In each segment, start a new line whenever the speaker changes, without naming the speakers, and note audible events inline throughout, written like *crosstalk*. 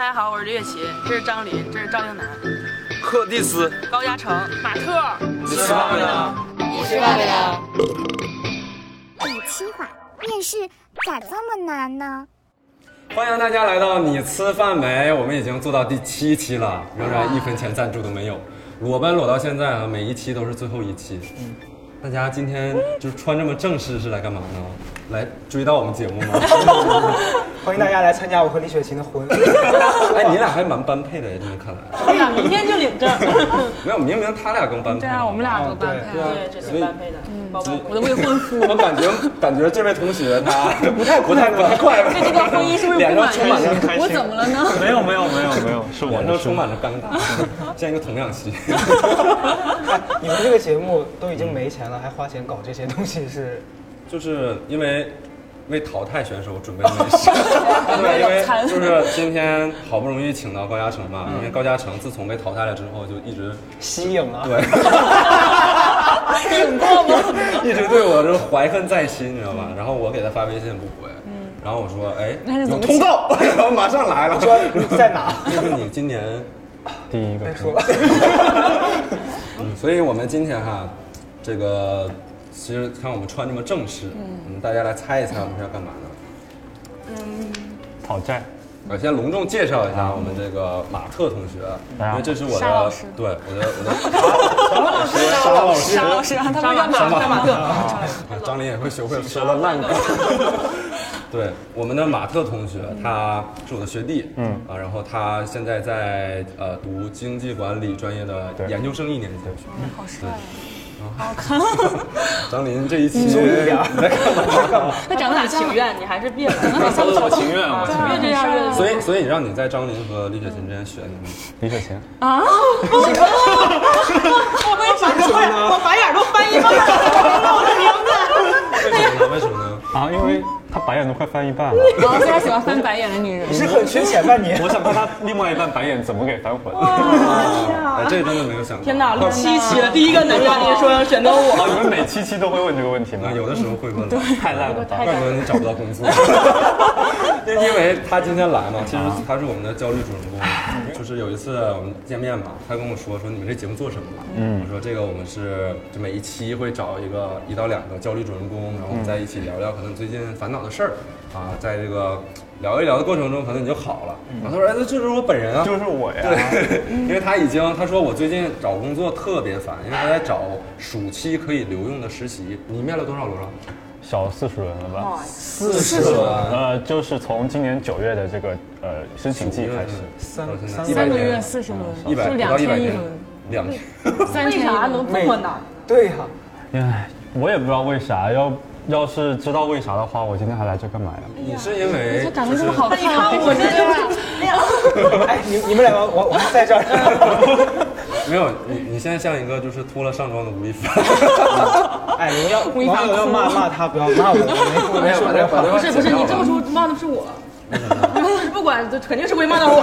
大家好，我是李雪琴，这是张琳，这是赵英男、
克蒂斯，
高嘉诚、马特。
你吃饭没呢？
你吃饭没呢？
北清华面试咋这么难呢？
欢迎大家来到你吃饭没？我们已经做到第七期了，仍然一分钱赞助都没有。裸奔裸到现在啊，每一期都是最后一期。嗯，大家今天就是穿这么正式是来干嘛呢？来追到我们节目
*laughs*
吗？
欢迎大家来参加我和李雪琴的婚礼。
哎，你俩还蛮般配的呀，这么看来。
对呀，明 *laughs* 天就领证。
没有，明明他俩更般配。
对啊，我们
嗯
俩都般配，
对啊
对，这
所
是
以
般配的。
嗯
宝宝，我的未婚夫。
我感觉感觉这位同学
*laughs*
他不
太
不太般
快乐
对这段婚姻是不是
脸
不
上
满
充满
意
了开？
我怎么了呢？
没有没有没有没有，是我
脸
的
上充满了尴尬，像一个童养媳。
哎你们这个节目都已经没钱了，还花钱搞这些东西是？
就是因为为淘汰选手准备美食，对，因为就是今天好不容易请到高嘉诚嘛，因为高嘉诚自从被淘汰了之后，就一直
吸引啊了。
对，
领过吗？
*laughs* 一直对我这怀恨在心，你知道吧？然后我给他发微信不回，然后我说，哎，有通告， *laughs* 然后马上来了， *laughs*
说嗯你在哪？
就是你今年
第一个
再说。
*laughs* 嗯，所以我们今天哈，这个其实看我们穿这么正式，嗯，大家来猜一猜我们是要干嘛呢？
讨债，
我啊先隆重介绍一下我们这个马特同学，
大家
因为这是我
沙老
的
师，
对我的我的沙老师，沙
沙
老
老
师，
师，啊他们叫马叫马特。 *laughs*
啊张琳也会学会说了烂梗。 *laughs* 对，我们的马特同学，他是我的学弟，嗯啊，然后他现在在呃读经济管理专业的
对
研究生一年级，好
嗯帅
啊！ *laughs* 张琳嗯这一期你在干嘛？ *laughs*
那长得很情愿，你还是别了。那像
我情愿，我情
别
愿。
这样认
所以所以你让你在张琳和李雪琴之间选，
*laughs*
你
李雪琴，
啊！我为什么会？我白眼都翻一半了。我的名字。
为什么呢？为什么呢？
啊，因为他白眼都快翻一半了，
王非常喜欢翻白眼的女人
你。是很缺钱吧你？
*laughs* 我想看他另外一半白眼怎么给翻回。
哎，这真的没有想到。天 *laughs*
哪
啊，
七期了，第一个男嘉宾说选择我，
啊，你们每期期都会问这个问题吗？
有的时候会问
*laughs*
了。
太烂了吧？
怪不得你找不到工
*laughs*
作，因为因为他今天来嘛，其实
啊
他是我们的焦虑主人公。就是有一次我们见面嘛，他跟我说说你们这节目做什么？嗯，我说这个我们是就每一期会找一个一到两个焦虑主人公，然后我
嗯
们在一起聊聊可能最近烦恼的事儿啊，在这个聊一聊的过程中，可能你就好了。然后他说哎，那这就是我本人啊，
嗯就是我呀。
对，
*laughs*
因为他已经他说我最近找工作特别烦，因为他在找暑期可以留用的实习。你面了多少啊轮了？
小四十轮了
哦
吧？
四十轮。
呃，就是从今年九月的这个呃申请季开始，
三
三个月四十轮，
一百
就
不
两
到一百
天一
天
轮，，
两天。
三天一轮。
这么难？对呀、
唉，我也不知道为啥。要要是知道为啥的话，我今天还来这干嘛呀？
你是因为
长得这么好看，你看
我这就是
哎，你你们两个，我我们在
*laughs*
这儿。
没有你，你现在像一个就是脱了上装的吴亦凡。
哎，你们要网友要骂骂他，不要骂我，我
*laughs*
没说没说不
不是不是，你这么说骂的不是我，不管肯定是会骂到我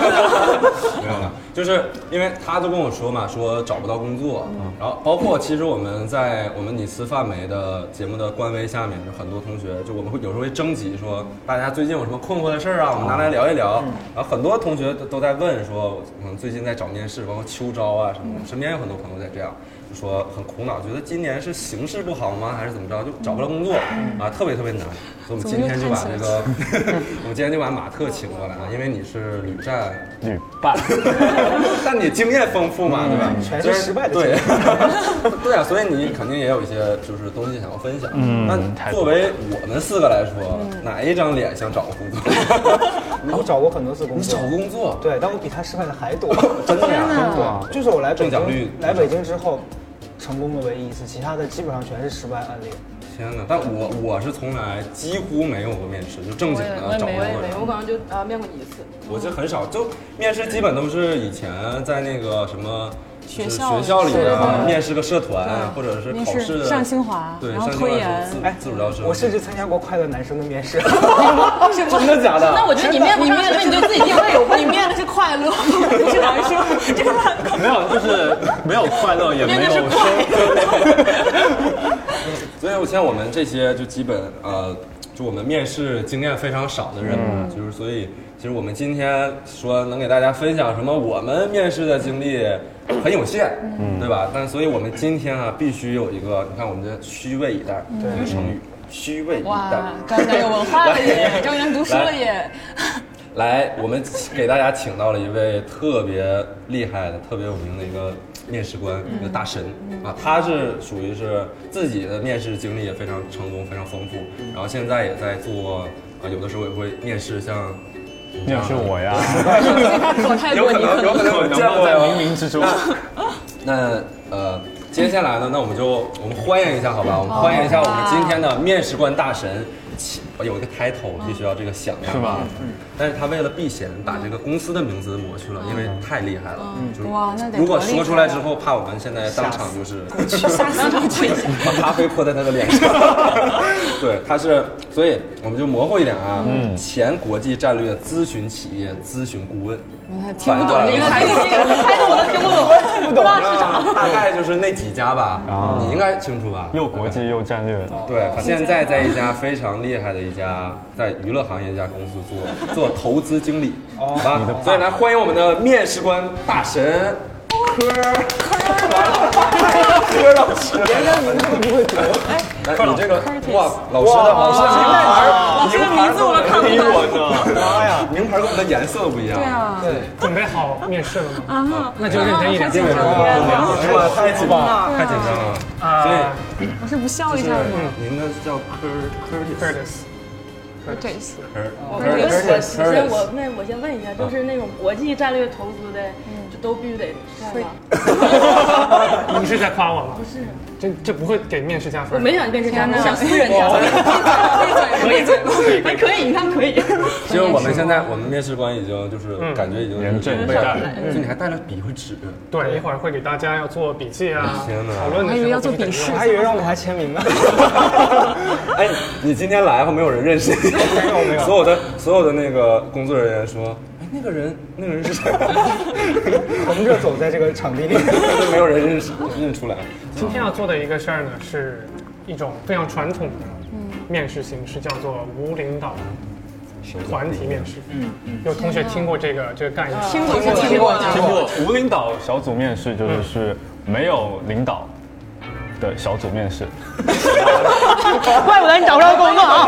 *laughs*
的。
没有了，就是因为他就跟我说嘛，说找不到工作，然后包括其实我们在我们你吃饭没的节目的官微下面，就很多同学就我们会有时候会征集说大家最近有什么困惑的事儿啊，我们拿来聊一聊。然后很多同学都都在问说，嗯可能最近在找面试，包括秋招啊什么的，身边有很多朋友在这样。就说很苦恼，觉得今年是形势不好吗，还是怎么着，就找不着工作啊，特别特别难。所以我们今天就把这个， *laughs* 我们今天就把马特请过来了，因为你是屡战
旅伴。 *laughs*
但你经验丰富嘛，对吧？
嗯全是失败的
对
经，
*laughs* 对啊，所以你肯定也有一些就是东西想要分享。
嗯
那
太
作为我们四个来说，
嗯
哪一张脸想找个工作？ *laughs*
我找过很多次工
你找
作，
工作，
对，但我比他失败的还多。
*laughs*
啊
真的呀？
就是我来北
中奖率
京，来北京之后，成功的唯一一次，其他的基本上全是失败案例。
天哪！但我我是从来几乎没有过面试，就正经
我
的
也
找
我
工
也
作
没有
人。
我可能就呃面过你一次，
我就很少，就面试基本都是以前在那个什么就是
学校
学校里
对
啊，
对
面试个社团或者是
面
考
试
试
上清华
对，
然后
上清
拖
华
延
自
哎
自主招生，
我甚至参加过快乐男生的面试，
真的假的？
那我觉得你面不上，你对自己定位有问题。你面的是快乐，不是难受，这个烂梗。
没有， *laughs* 就是没有快乐，也没有
面的是
呃
收
快
获。
所以我像我们这些就基本呃就我们面试经验非常少的人嘛，就是所以，其实我们今天说能给大家分享什么我们面试的经历很有限，对吧？但所以我们今天啊，必须有一个，你看我们的虚位以待，这个成语，虚位以待
哇，，张一楠有文化了耶，张一楠读书了耶，
来，我们给大家请到了一位特别厉害的、特别有名的一个面试官，
嗯
一个大神啊，他是属于是自己的面试经历也非常成功、非常丰富，
嗯
然后现在也在做啊，有的时候也会面试像，
面试我 *laughs* 呀，
考泰
有
国
可
你
能有可能我见过
在
哟
冥冥之中。
那呃，接下来呢，那我们就我们欢迎一下，好吧？我们欢迎一下我们今天的面试官大神。其有一个 title
嗯
必须要这个响亮
是吧？
嗯。但是他为了避嫌，把这个公司的名字抹去了，因为太厉害了。嗯就是
哇那得
如果
多厉害
说出来之后，怕我们现在当场就是 *laughs*
当场跪下。
把咖啡泼在他的脸上。 *laughs* 对，他是，所以我们就模糊一点啊。嗯。前国际战略咨询企业咨询顾问。
听
反
不懂
转了
这个台词，台词我都听不懂，不知道是啥。
大概就是那几家吧，
啊
你应该清楚吧？
又国际又战略的，
对，现在在一家非常厉害的一家在娱乐行业一家公司做做投资经理，好吧？所以来欢迎我们的面试官大神科科老师，连个名字都不会读。来，你这个哇，老师的老师的名牌儿，
老师的名字我看
英
不
文呢？
妈呀，名牌儿跟我们的颜色不一样。
对啊，
准备好面试了吗？
啊，
那就认真一点。
对，
*laughs*
哇，太紧张了，太紧张了。啊所以
老师不笑一
是
下吗？
您的叫科科里
Curtis，
对，
科
我先我那我先问一下，就是那种国际战略投资的，就都必须得会吧？
你是在夸我吗？不是，这这不会给面试加
我
分。
没想变成这样，我想撕人家。
可以，
还可以，你看可以。
其实我们现在我们面试官已经就是感觉已经
严阵
是
以待。
就你还带了笔和纸，
对，一会儿会给大家要做笔记啊，
天哪
讨论的时候
我还以为要做
必须得用
笔试
我还以为让我还签名呢。
哎，你今天来后没有人认识你，没有没有，所有的所有的那个工作人员说，哎，那个人那个人是谁？ *laughs*
横着走在这个场地里。
都没有人认识认出来。
今天要做的一个事儿呢，是一种非常传统的
嗯
面试形式，叫做无领导团体面试。嗯嗯，有同学听过这个这个概念？听过。
听过
听过无领导小组面试，就是是没有领导的小组面试。
怪不得你找不着工作啊！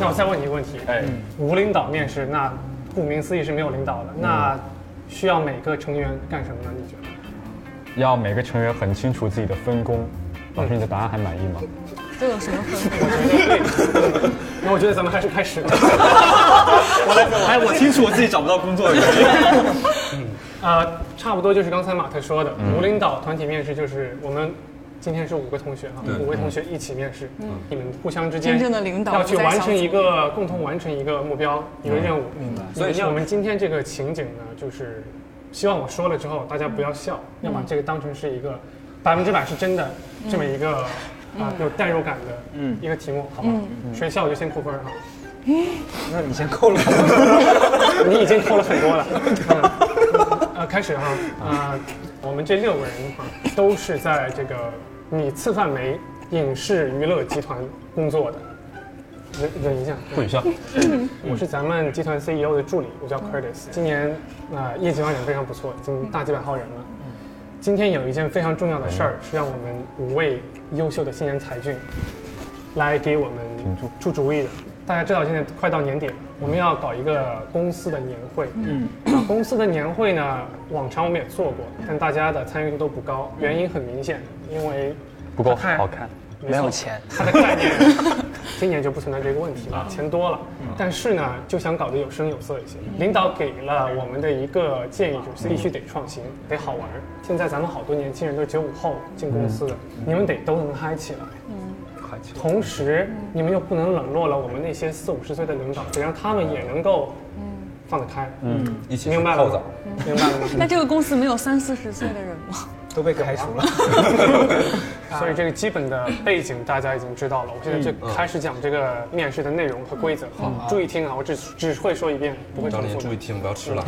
那我再问你一个问题，
哎，
无领导面试，那顾名思义是没有领导的，
嗯
那需要每个成员干什么呢？你觉得？
要每个成员很清楚自己的分工。老师，你的答案还满意吗？
都有什么分别？
那我觉得咱们还是开始吧。
哎，我清楚我自己找不到工作的原因。
呃，差不多就是刚才马特说的，
嗯
无领导团体面试就是我们今天是五个同学啊，五位同学一起面试，你们互相之间
嗯真正的领导
要去
不在
完
小
成一
组
个共同完成一个目标、一个任务。明白。
嗯
所
所以
以
要
我们今天这个情景呢，就是希望我说了之后大家不要笑，
嗯
要把这个当成是一个百分之百是真的这么一个
嗯
啊有代入感的
嗯
一个题目，好吧？谁笑我就先扣分儿哈。
那你先扣了。
你已经扣了很多了。 *laughs* 嗯呃，开始哈，啊，我们这六个人哈，都是在这个米次范梅影视娱乐集团工作的。忍忍一下，
不许笑。
我是咱们集团 CEO 的助理，我叫 Curtis。今年啊、呃业绩发展非常不错，已经大几百号人了。今天有一件非常重要的事儿，是让我们五位优秀的青年才俊来给我们出主意的。大家知道现在快到年底了，我们要搞一个公司的年会。嗯，公司的年会呢，往常我们也做过，但大家的参与度都不高，原因很明显，因为
不够
它太
好看。
没有钱，他的概念 *laughs* 啊今年就不存在这个问题了，钱多了，但是呢，就想搞得有声有色一些。领导给了我们的一个建议，就是必须得创新，得好玩。现在咱们好多年轻人都是九五后进公司的，你们得都能嗨起来。同时，你们又不能冷落了我们那些四五十岁的领导，得让他们也能够放得开。嗯，
一起
明白了
泡
吗
澡，？
明白了吗？
那这个公司没有三四十岁的人吗？
都被开除了。
所以这个基本的背景大家已经知道了。我现在就开始讲这个面试的内容和嗯规则，好，注意听啊！我只只会说一遍，不会
张
重
琳
复
注
的
意。听，不要吃了。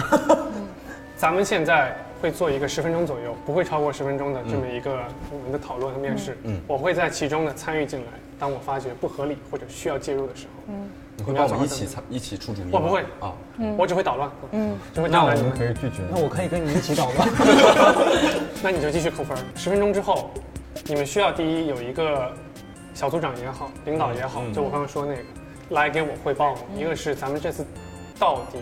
咱们现在会做一个十分钟左右，不会超过十分钟的这么一个我们的讨论和面试。
嗯
我会在其中呢参与进来，当我发觉不合理或者需要介入的时候，
你会帮我们一起参一起出主意吗？
我不会
啊，
我只会捣乱，嗯，只会
那
捣
我
乱你
们
们。
可以拒绝。
那我可以跟你一起捣乱。
那你就继续扣分儿。十分钟之后，你们需要第一有一个小组长也好，领导也好，
嗯
就我刚刚说那个，来给我汇报。一个是咱们这次到底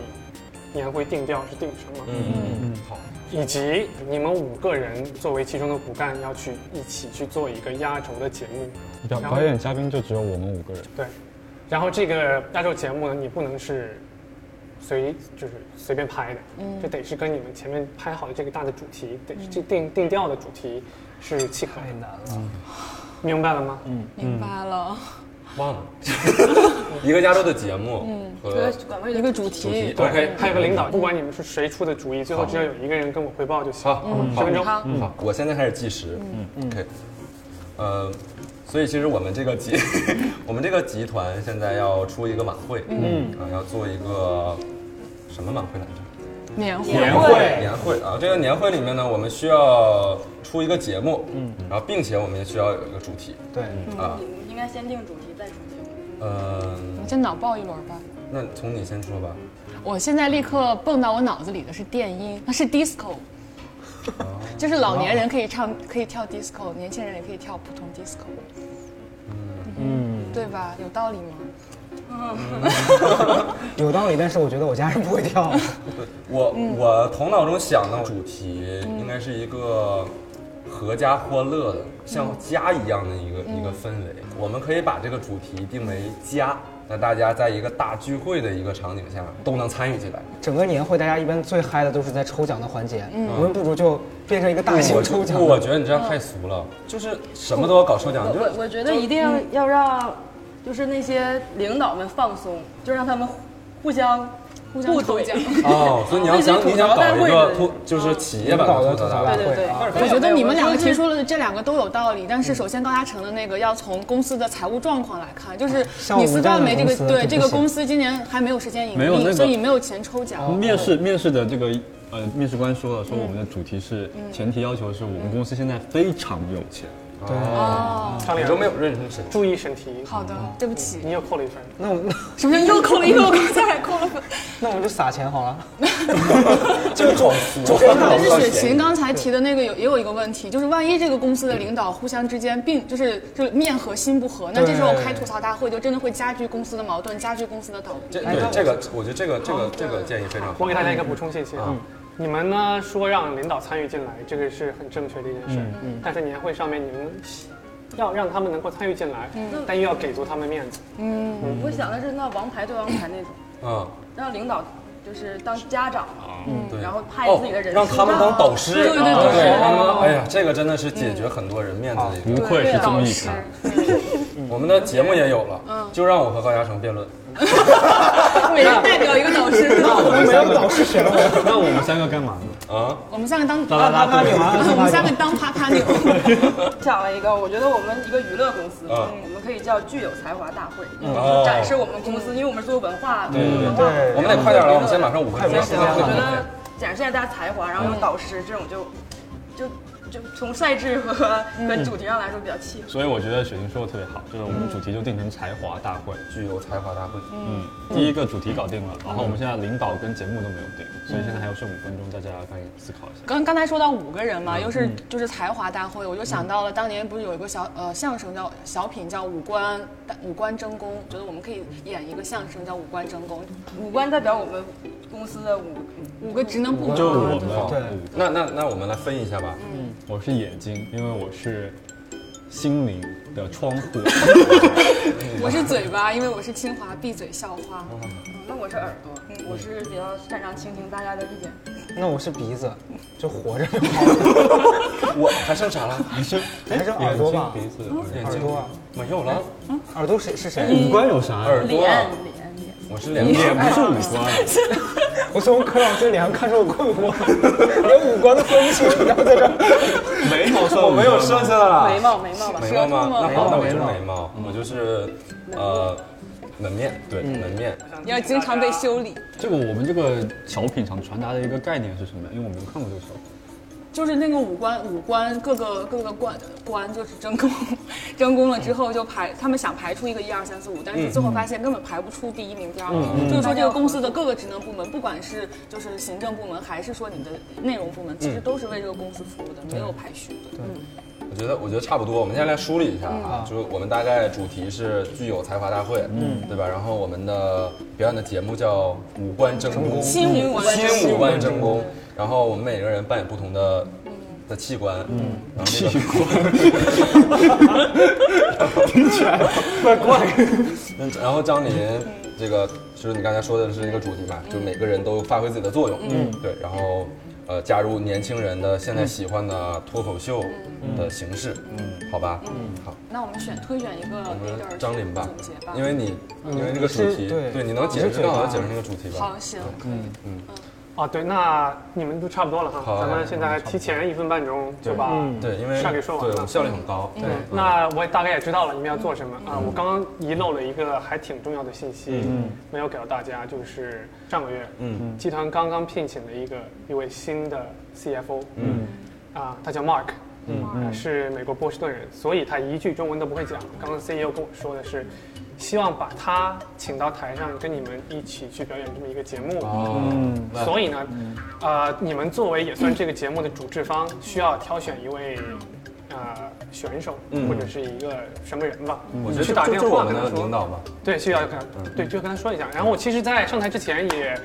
年会定调是定什么，
嗯嗯嗯，好，
以及你们五个人作为其中的骨干，要去一起去做一个压轴的节目。
表表演嘉宾就只有我们五个人，
对，然后这个压轴节目呢，你不能是随就是随便拍的，这得是跟你们前面拍好的这个大的主题，得是这定定调的主题是契合的，
难了，
明白了吗？
明白了，
忘了， *laughs* 一个加州的节目和
管委一个主
主题
题，
，OK，嗯
还有个领导，不管你们是谁出的主意，最后只要有一个人跟我汇报就行。
好，嗯
十分钟
好，好，我现在开始计时。嗯，OK，呃，所以其实我们这个集， *laughs* 我们这个集团现在要出一个晚会，嗯，啊，要做一个什么晚会来着？
年会
年会，年会啊！这个年会里面呢，我们需要出一个节目，嗯，然后并且我们也需要有一个主题，
对，
啊，
你们应该先定主题再出题。
嗯，
先脑爆一轮吧。
那从你先说吧。
我现在立刻蹦到我脑子里的是电音，它是 disco，就是老年人可以唱，可以跳 disco，年轻人也可以跳普通 disco。嗯，对吧？有道理吗？
有道理，但是我觉得我家人不会跳。
我我头脑中想的主题应该是一个合家欢乐的，像家一样的一个一个氛围。我们可以把这个主题定为家，那大家在一个大聚会的一个场景下都能参与进来。
整个年会大家一般最嗨的都是在抽奖的环节，我们不如就变成一个大型
我
抽奖
不，。我觉得你这样太俗了，就是什么都要搞抽奖，就
我我觉得一定要要让，就是那些领导们放松，就让他们互相互
相
互
抽
怼
奖。
*laughs* 哦，所以你要
那
想你
是吐槽
想搞一
大
个
会
吐，就是企业版
搞
的
的
吐槽
吐槽
大
大
会。
会
对
啊，
我觉得你们两个提
出
出了这两个都有道理，但是首先高嘉诚的那个要从公司的财务状况来看，就是
像
你
我们
斯
这样
范
的
梅这个
公司
对
就
这
不
个
行
公司今年还没有实现盈
没有那
利，
个
所以没有钱抽奖。
哦面试面试的这个呃，面试官说了，说我们的主题是前提要求是我们公司现在非常有钱。
差
你
两
都没有认识谁？
注意审题，
好的，对不起，
你又扣了一分。
那我 *laughs* 们
什么叫又扣了又扣，再来扣了分。
那我们就撒钱好了。
这种俗啊
但是雪琴刚才提的那个有也有一个问题，就是万一这个公司的领导互相之间并就是就是面和心不和，那这时候开吐槽大会就真的会加剧公司的矛盾，加剧公司的倒霉。
这对这个，我觉得这个这个这个建议非常好
我。给大家一个补充信息啊，你们呢说让领导参与进来，这个是很正确的一件事。但是年会上面你们要让他们能够参与进来，但又要给足他们面子。
我想的是那王牌对王牌那种，
嗯，
让领导就是当家长嘛，
对，
然后派自己的人
让他们当导师，
对对对
啊
导师
让他们当哎呀，这个真的是解决很多人面子的一
不
个。
愧是综艺咖，
我们的节目也有了，就让我和高嘉诚辩论。
*laughs* 每人代表一个导 *laughs* 师，
我们没有导师学位，
那我们三个干嘛呢？
啊，
我们三个当
拉拉拉队，
我们三个当啪啪 *laughs* 牛。
想了一个，我觉得我们一个娱乐公司，
嗯
我们可以叫具有才华大会，
哦
就展示我们公司，因为我们是做文化，
嗯
对
对对
文化，
对
我们得快点了，我们先马上五分钟。
快点
我觉
嗯
得展示一下大家才华，然后有导师这种就就就从赛制和
嗯
和主题上来说比较契合。
所以我觉得雪晴说的特别好，就是我们主题就定成才华大会。
具有才华大会，
嗯，第一个主题搞定了，然后我们现在领导跟节目都没有定，所以现在还有剩五分钟，大家可以思考一下。
刚刚才说到五个人嘛，又是就是才华大会，我就想到了当年不是有一个小呃相声叫小品叫五官五官争功，觉得我们可以演一个相声叫五官争功，
五官代表我们公司的五
五个职能部门。
就是我们
对
了，
那那那我们来分一下吧。
我是野金，因为我是心灵的窗户。
我是嘴巴，因为我是清华闭嘴校花。
那我是耳朵，嗯，我是比较擅长倾听大家的意见。
那我是鼻子，就活着就好了。
我还剩啥了？
你是
还是耳朵吧
眼睛，鼻子、眼
耳
睛
朵啊
没有了，
耳朵谁是谁？
五官有啥呀？
耳朵啊，
脸脸，
我是
*laughs*
脸，也
不是五官，
我从柯老师脸上看出我困 *laughs* 惑，连五官都分不清，然后在这儿
眉毛算
我没有剩下的了。
眉毛眉毛吧，
眉毛吗？那
眉
好，
毛
那我
眉
就是
毛
眉毛，我就是呃，门面，对门面。
你要经常被修理，
这个我们这个小品想传达的一个概念是什么呀？因为我没有看过这个小品。
就是那个五官五官各个各个官官就是争功，争功了之后就排，他们想排出一个一二三四五，但是最后发现根本排不出第一名、第二
嗯
名。就是说这个公司的各个职能部门，不管是就是行政部门，还是说你的内容部门，其实都是为这个公司服务的，没有排序的。嗯
我觉得，我觉得差不多。我们现在来梳理一下啊，就是我们大概主题是具有才华大会，嗯，对吧？然后我们的表演的节目叫五官争功，嗯
新五官争功
新五官争功。然后我们每个人扮演不同的的器官，嗯，然后那个
怪怪。
嗯，然后张琳，这个就是你刚才说的是一个主题
嗯
嘛，就每个人都发挥自己的作用，嗯，对，然后呃，加入年轻人的现在
嗯
喜欢的脱口秀的形式，嗯，好吧，嗯，好，
那我们选推选一个
我
leader
们张琳吧
总结吧，
因为你因为这个主题，
是对
对，你能解
我
释
是觉得
更好的
啊
解释这个主题吧
好？行，
哦，对，那你们都差不多了
好
哈，
啊
咱们现在提前一分半钟就把
对，因为
上给说完
对
了
我们效率很高，对，
那我也大概也知道了你们要做什么啊。我刚刚遗漏了一个还挺重要的信息，没有给到大家，就是上个月，嗯，集团刚刚聘请了一个一位新的 CFO，嗯，啊，他叫 Mark。嗯是美国波士顿人，所以他一句中文都不会讲。刚刚 CEO 跟我说的是，希望把他请到台上，跟你们一起去表演这么一个节目。
嗯
所以呢，呃，你们作为也算这个节目的主制方，需要挑选一位
嗯
呃选手、或者是一个什么人吧，
嗯我觉得
去
这
打
这
电
就是我
话
们
跟他
的
说
领。导嘛，
对，需要跟他，对，就跟他说一下。然后我其实，在上台之前也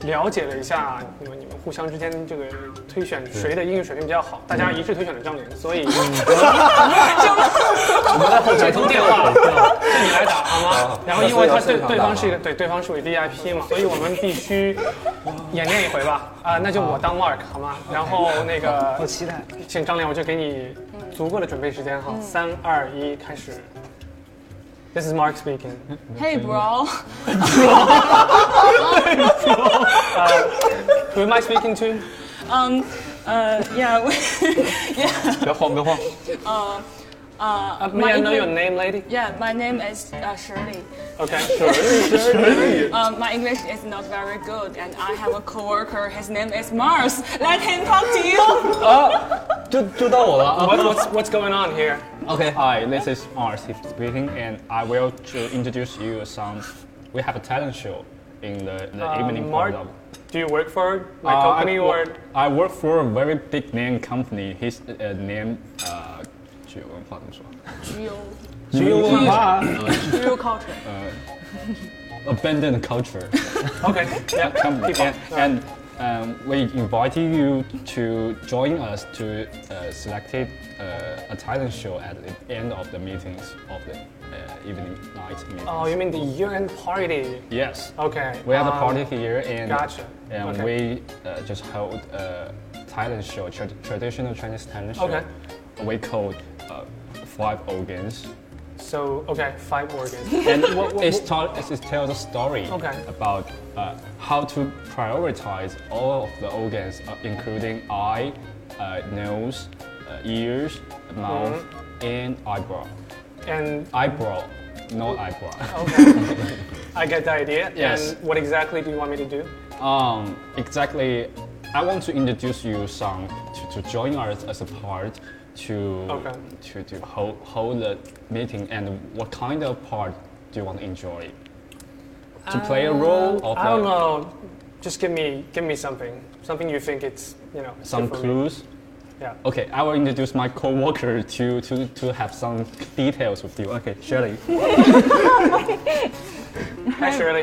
了解了一下你们你们互相之间这个推选谁的英语水平比较好，大家一致推选了张琳，所以 *laughs* 这通电 *laughs* 话是你来打好吗？ *laughs* 然后因为他对对方是一个对对方是我 VIP 嘛，所以我们必须演练一回吧。啊，那就我当 Mark 好吗？然后那个 *laughs*
好期待。
请张良，我就给你足够的准备时间哈，三二一，开始。This is Mark speaking.
Hey bro， *laughs*
Who am I speaking to?
嗯，呃，yeah，yeah，
不要慌，不要慌。
呃，呃
Uh, *laughs* may I know your name, lady?
Yeah, my name is uh, Shirley.
*laughs* Okay.
Uh, my English is not very good, and I have a coworker. His name is Mars. Let him talk to you.
就就到我了啊。
What, what's what's going on here?
Okay, hi, this is Mars speaking, and I will to introduce you some. We have a talent show in the, the
Uh,
evening
Mark,
program.
do you work for my
Uh,
company
I,
or?
I work for a very big name company. His uh, name, uh, 这个文化怎么说？
Ah.
Real culture.
Abandoned
*laughs*
culture.
Okay. Yeah.
company.
Keep on.
And, and um, we invited you to join us to uh, selected uh, a talent show at the end of the meetings of the uh, evening night meetings.
Oh, you mean the year-end party?
yes.
Okay.
We have a
um,
party here and
gotcha.
and
Okay.
we uh, just held a talent show, tra- traditional Chinese talent show.
Okay.
We called uh, five
*laughs*
organs.
So okay, five organs.
*laughs* And it's tell it's it's tell the story
Okay.
about uh, how to prioritize all of the organs, uh, including eye, uh, nose, uh, ears, mouth,
Mm-hmm.
and eyebrow.
And
Eyebrow, not eyebrow. *laughs*
I get the idea.
Yes.
And what exactly do you want me to do?
Um, exactly. I want to introduce you some to, to join us as a part to
Okay.
to to hold hold the meeting and what kind of part do you want to enjoy? To play a role of
I don't
the-
know. Just give me give me something. Something you think it's you know. it's
some
good for me.
clues.
Yeah.
Okay, I will introduce my coworker to to to have some details with you. Okay, *laughs* Shirley.
Hi Shirley.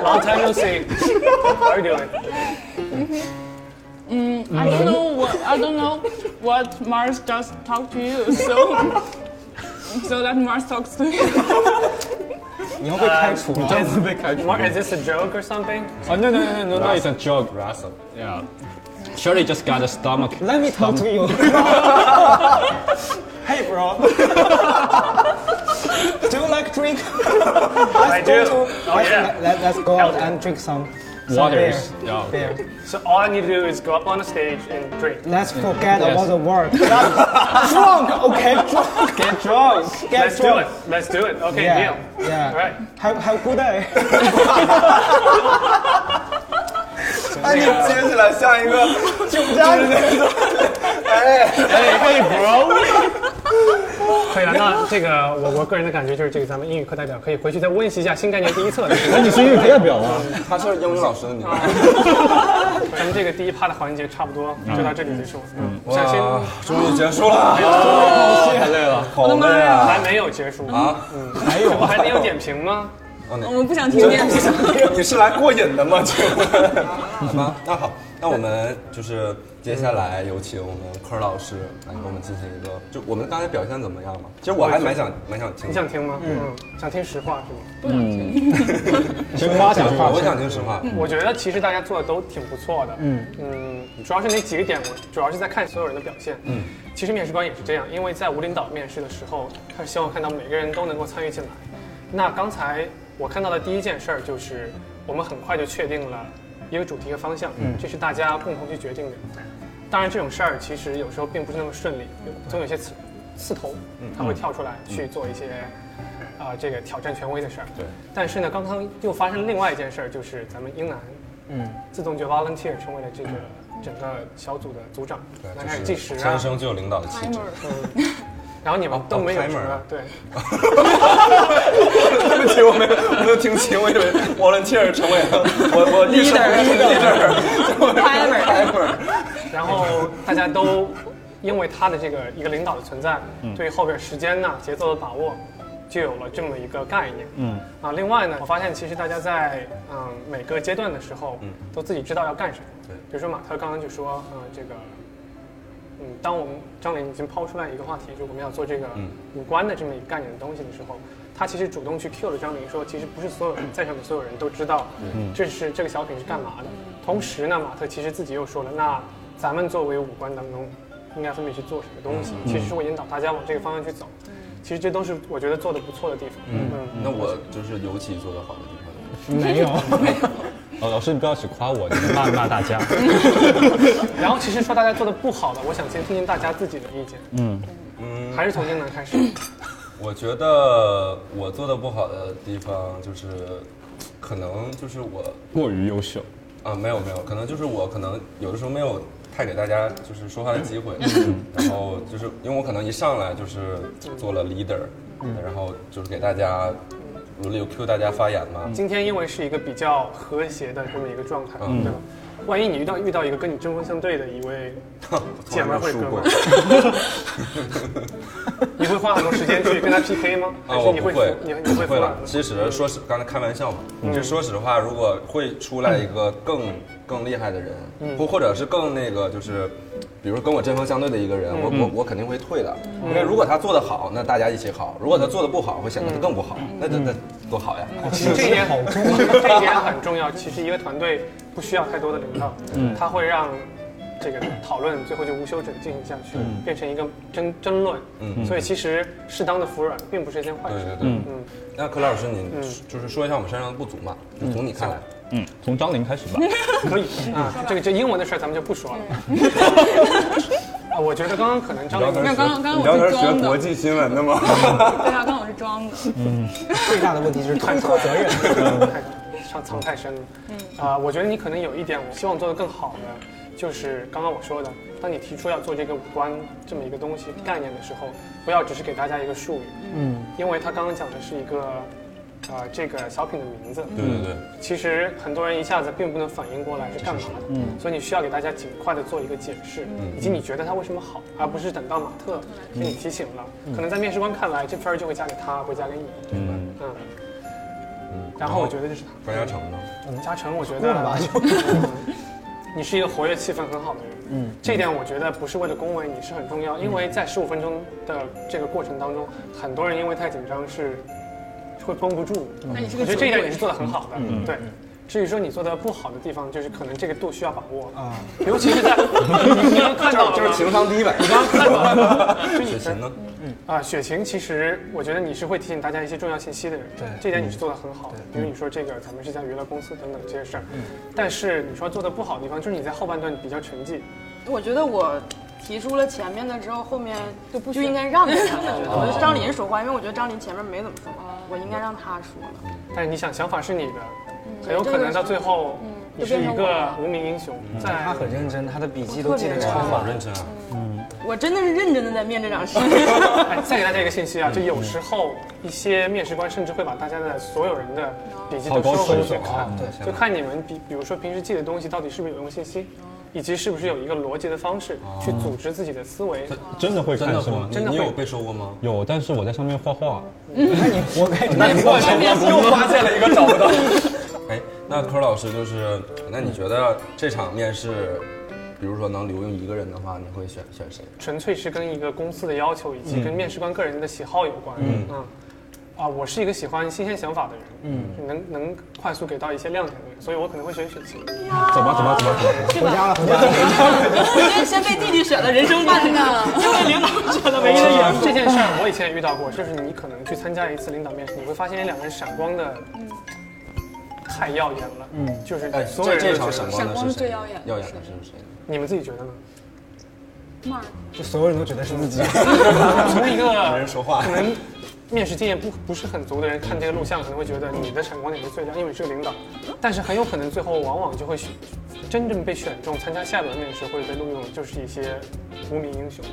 Long time no see. How are you doing?
I don't know what I don't know what Mars just talked to you. So. So let Mars talks to you.
你要被开除吗？
呃
Mark, is this a joke or something?
Oh no no no no no! It's a joke.
Russell，
Yeah. Shirley just got a stomach.
Let me talk to you. hey, bro. do you like drink? let's
I
Go
do.
to,
Oh,
let's,
yeah.
let, us go out
Hell yeah.
and drink some.
waters.
There.
Yeah.
There.
So all I need to do is go up on a stage and drink.
Let's forget
Yes.
about the work. drunk, okay? Drunk. Get drunk. Get
Let's do
drunk.
it. Let's do it. Okay,
Yeah.
deal.
Yeah.
All right.
Have have good day.
那你接起来像一个酒家里那种，
*laughs*
可以了。那这个我我个人的感觉就是，这个咱们英语课代表可以回去再温习一下新概念第一 *laughs* 册的时候。
那你是英语课代表啊？
他是英语老师，你
咱们这个第一趴的环节差不多就到这里结束。嗯，我想先
哇，终于结束了，太累了，好累啊！
还没有结束
啊，还有
我还得有点评吗？
我们不想听电视。
你是来过瘾的吗？请问？好吧，那好，那我们就是接下来有请我们科老师来给我们进行一个，就我们刚才表现怎么样嘛？其实我还蛮想蛮想听
你
的，
想听吗？嗯，想听实话是吗？
行，我
想
*laughs*
想话，
我想听实话。
我觉得其实大家做的都挺不错的，嗯嗯，主要是那几个点，我主要是在看所有人的表现，嗯，其实面试官也是这样，因为在无领导面试的时候，他是希望看到每个人都能够参与进来。那刚才我看到的第一件事儿就是，我们很快就确定了一个主题和方向，嗯，这是大家共同去决定的。当然，这种事儿其实有时候并不是那么顺利，有总有些刺刺头，他会跳出来去做一些。啊、这个挑战权威的事儿。
对。
但是呢，刚刚又发生另外一件事儿，就是咱们英男，嗯，自动就 volunteer 成为了这个整个小组的组长，那开始计时啊嗯
天，嗯生就有领导的气质，
然后你们都没有什
哦，timer 啊
么，对，
对不起，我没有我没有听清，我以为 volunteer 成为了我我 *laughs* leader，leader，timer，timer，
然后大家都因为他的这个一个领导的存在，
嗯
对于后边时间呐、节奏的把握，就有了这么一个概念。
Hmm.
嗯啊，另外呢，我发现其实大家在嗯每个阶段的时候，都自己知道要干什么。
对
比如说马特刚刚就说，嗯、这个。嗯，当我们张琳已经抛出来一个话题，就我们要做这个五官的这么一个概念的东西的时候，他其实主动去 cue 了张琳，说其实不是所有人在场的所有人都知道，这是这个小品是干嘛的。同时呢，马特其实自己又说了，那咱们作为五官当中，应该分别去做什么东西，其实是会引导大家往这个方向去走。其实这都是我觉得做的不错的地方。嗯，
那我就是尤其做的好的地方。
没有。哦，老师，你不要只夸我，你骂骂大 *laughs* 家。
然后其实说大家做的不好的，我想先听听大家自己的意见。嗯嗯，还是从英男开始。
我觉得我做的不好的地方就是，可能就是我
过于优秀，
啊，没有没有，可能就是我可能有的时候没有太给大家就是说话的机会，然后就是因为我可能一上来就是做了 leader，、然后就是给大家轮流 Q 大家发言嘛， *laughs*
今天因为是一个比较和谐的这么一个状态，对吧？万一你遇到遇到一个跟你针锋相对的一位姐妹会哥们儿，你会花很多时间去跟他 PK 吗？
啊，
还是
我
你
不
会
会，
你
我
你会
不会
服嗯
了
软。的
其实说实，刚才开玩笑嘛，就说实话，如果会出来一个更更厉害的
嗯
人，或或者是更那个就是，比如说跟我针锋相对的一个人，我
嗯
我我肯定会退的，因为如果他做得好，那大家一起好；如果他做得不好，会显得他
嗯
更不好，那那那多好呀！
其实这一点很重啊要， *laughs* 这一点很重要。其实一个团队不需要太多的领导，它会让这个讨论最后就无休止的进行下去，变成一个争争论。
嗯
所以其实适当的服软并不是一件
*laughs*
坏
对
事。
对对，嗯。那柯老师，你
嗯
就是说一下我们身上的不足嘛？就从你看来，
嗯，从张琳开始 *laughs* 吧。
可以啊，这个这英文的事儿咱们就不说了。 *laughs* 啊，我觉得刚嗯刚可能张
没
琳
有，刚刚刚刚
你聊
我
天
是
学
装
国
的，
际新闻
*laughs*
的吗？
对啊，刚刚我是装的。
最大的问题就是推脱责任。
太
嗯
藏藏太深了。啊，我觉得你可能有一点，我希望做得更好的，就是刚刚我说的，当你提出要做这个五官这么一个东西概念的时候，不要只是给大家一个术语，嗯，因为他刚刚讲的是一个，啊，这个小品的名字，
对对对，
其实很多人一下子并不能反应过来是干嘛的，嗯，所以你需要给大家尽快的做一个解释，以及你觉得它为什么好，而不是等到马特给你提醒了，可能在面试官看来这分儿就会加给他，不会加给你，对吧？嗯，
嗯。
然后我觉得这是
关嘉诚呢？
嘉诚，嗯我觉得
吧
嗯你是一个活跃气氛很好的人，嗯，这一点我觉得不是为了恭维你是很重要，因为在十五分钟的这个过程当中，很多人因为太紧张是会绷不住的，
那你是
我
个
觉得
酒
这一点你
鬼
是，做的很好的，对。至于说你做的不好的地方，就是可能这个度需要把握，
啊，
尤其是在你刚刚看到了吗
就是情商低呗。
你刚刚看到了吗，就你
雪琴呢？
啊，雪晴，其实我觉得你是会提醒大家一些重要信息的人，
对
这点你是做的很好的。比如你说这个咱们是家娱乐公司等等这些事儿，但是你说做的不好的地方，就是你在后半段比较沉寂，
我觉得我提出了前面的之后，后面就不就应该让他了。我觉得，我觉得张琳说话，因为我觉得张琳前面没怎么说
哦
话，我应该让他说了。
但是你想想法是你的，很有可能到最后你是一个无名英雄，在
*laughs* 他很认真，他的笔记都记得超
好
满。
认真啊！
我真的是认真的在面这场事
*laughs*
情。
哎，再给大家一个信息啊，就有时候一些面试官甚至会把大家的所有人的笔记都
好高
收回
手
去
啊
看，
对
就看你们比，比如说平时记的东西到底是不是有用信息，以及是不是有一个逻辑的方式去组织自己的思维。
真的会
真
看
的
是
吗
吗？？
你你有被收过吗？
有，但是我在上面画画，
我跟你
那你换手了，又发现了一个找不到。哎，那柯老师就是，那你觉得这场面试，比如说能留用一个人的话，你会选选谁？
纯粹是跟一个公司的要求以及跟面试官个人的喜好有关。嗯啊，我是一个喜欢新鲜想法的人，嗯，能能快速给到一些亮点的人，所以我可能会选雪晴。
怎么怎么怎么怎么， *laughs*
回家了，回家了。
我觉得先被弟弟选了人生伴侣，又被领导选了唯一的员工。
这件事儿我以前也遇到过，就是你可能去参加一次领导面试，你会发现两个人闪光的太耀眼了，嗯，就是
哎，
所有
这
人
这场
都觉得
闪光
闪
的
光
是
的
谁？
最耀眼的
耀眼
是
的是谁？
你们自己觉得呢？
*laughs* 就所有人都觉得是自己。
从一
没
个
人说话
可。能面试经验不不是很足的人看这个录像，可能会觉得你的闪光点是最亮，因为你是个领导，但是很有可能最后往往就会选真正被选中参加下轮面试或者被录用，的就是一些无名英雄，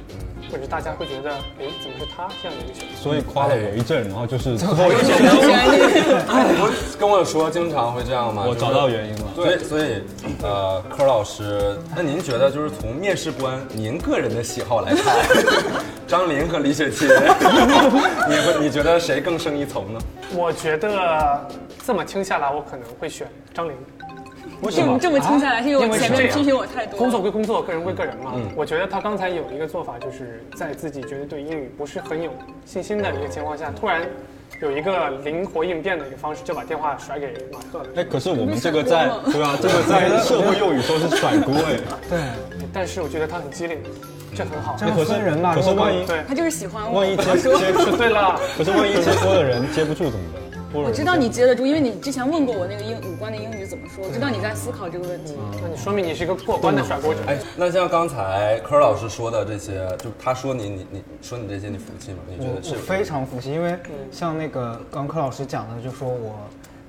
或者大家会觉得哎怎么是他这样的一个选手？
所以夸了我一阵，然后就是最后
你不哎跟我说经常会这样吗？
我找到原因了。
所以，所以，呃，柯老师，那您觉得就是从面试官您个人的喜好来看， *laughs* 张琳和李雪琴， *laughs* 你会你觉得谁更胜一筹呢？
我觉得这么听下来，我可能会选张琳。
为什么这么听下来，是因为我前面批评我太多
工
了。
作归工作，个人归个人嘛。我觉得他刚才有一个做法，就是在自己觉得对英语不是很有信心的一个情况下，突然有一个灵活应变的一个方式，就把电话甩给马特了。
哎，可是我们这个在对啊，这个 *laughs* 在社会用语说是甩锅哎。
对，
但是我觉得他很机灵，这很好。
这样分人吧。
可是
如果
万一
对，
他就是喜欢我
万。一接接，
对了，
可是万一接锅的人接不住怎么办？
我知道你接得住，因为你之前问过我那个英五官的英语怎么说，我知道你在思考这个问题。
那你说明你是一个过关的甩锅者。
哎，那像刚才柯老师说的这些，就他说你你你说你这些，你服气吗？你觉
我
得是
我非常服气，因为像那个刚柯老师讲的，就说我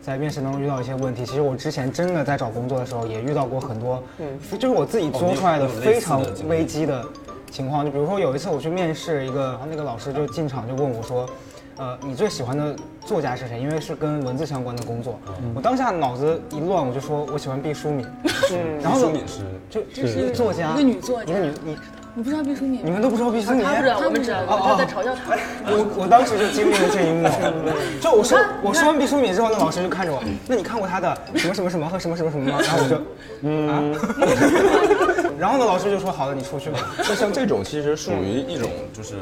在面试当中遇到一些问题，其实我之前真的在找工作的时候也遇到过很多，
嗯
就是我自己做出来的
哦你有类似
非
的
常
经历
危机的情况。就比如说有一次我去面试一个，那个老师就进场就问我说。呃，你最喜欢的作家是谁？因为是跟文字相关的工作，
嗯
我当下脑子一乱，我就说我喜欢毕淑敏，然后
舒
呢
敏嗯是
就就是一个作家，
一个女作家
一个
嗯
女，你
你不知道毕淑敏
你？们都不知道毕淑敏，
啊
哦
他不知道，我们知道，
嗯
我就在嘲笑他。
我我当时就经历了这一幕，就我
啊
说我说完毕淑敏之后，那老师就看着我，那你看过他的什么什么什么和什么什么什么吗？然后我就，嗯，啊然后呢，老师就说好的，你出去吧。
那像这种其实属于一种就是。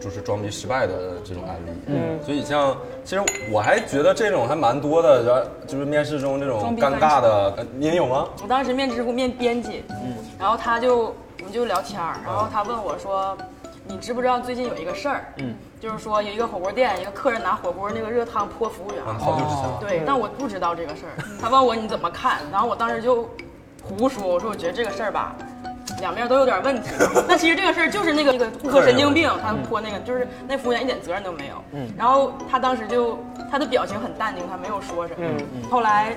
就是装逼失败的这种案例，嗯，所以像其实我还觉得这种还蛮多的，然后就是面试中这种
装逼
尴尬的，呃您有吗？
我当时面知乎面编辑，
嗯
然后他就我们就聊天儿，然后他问我说：“你知不知道最近有一个事儿？嗯，就是说有一个火锅店，一个客人拿火锅那个热汤泼服务员。
啊，好久之前了。
对，但我不知道这个事儿。他问我你怎么看，然后我当时就胡说，我说我觉得这个事儿吧，两面都有点问题。但其实这个事儿就是那个那个顾客神经病，他泼那个就是那服务员一点责任都没有。然后他当时就他的表情很淡定，他没有说什么。后来。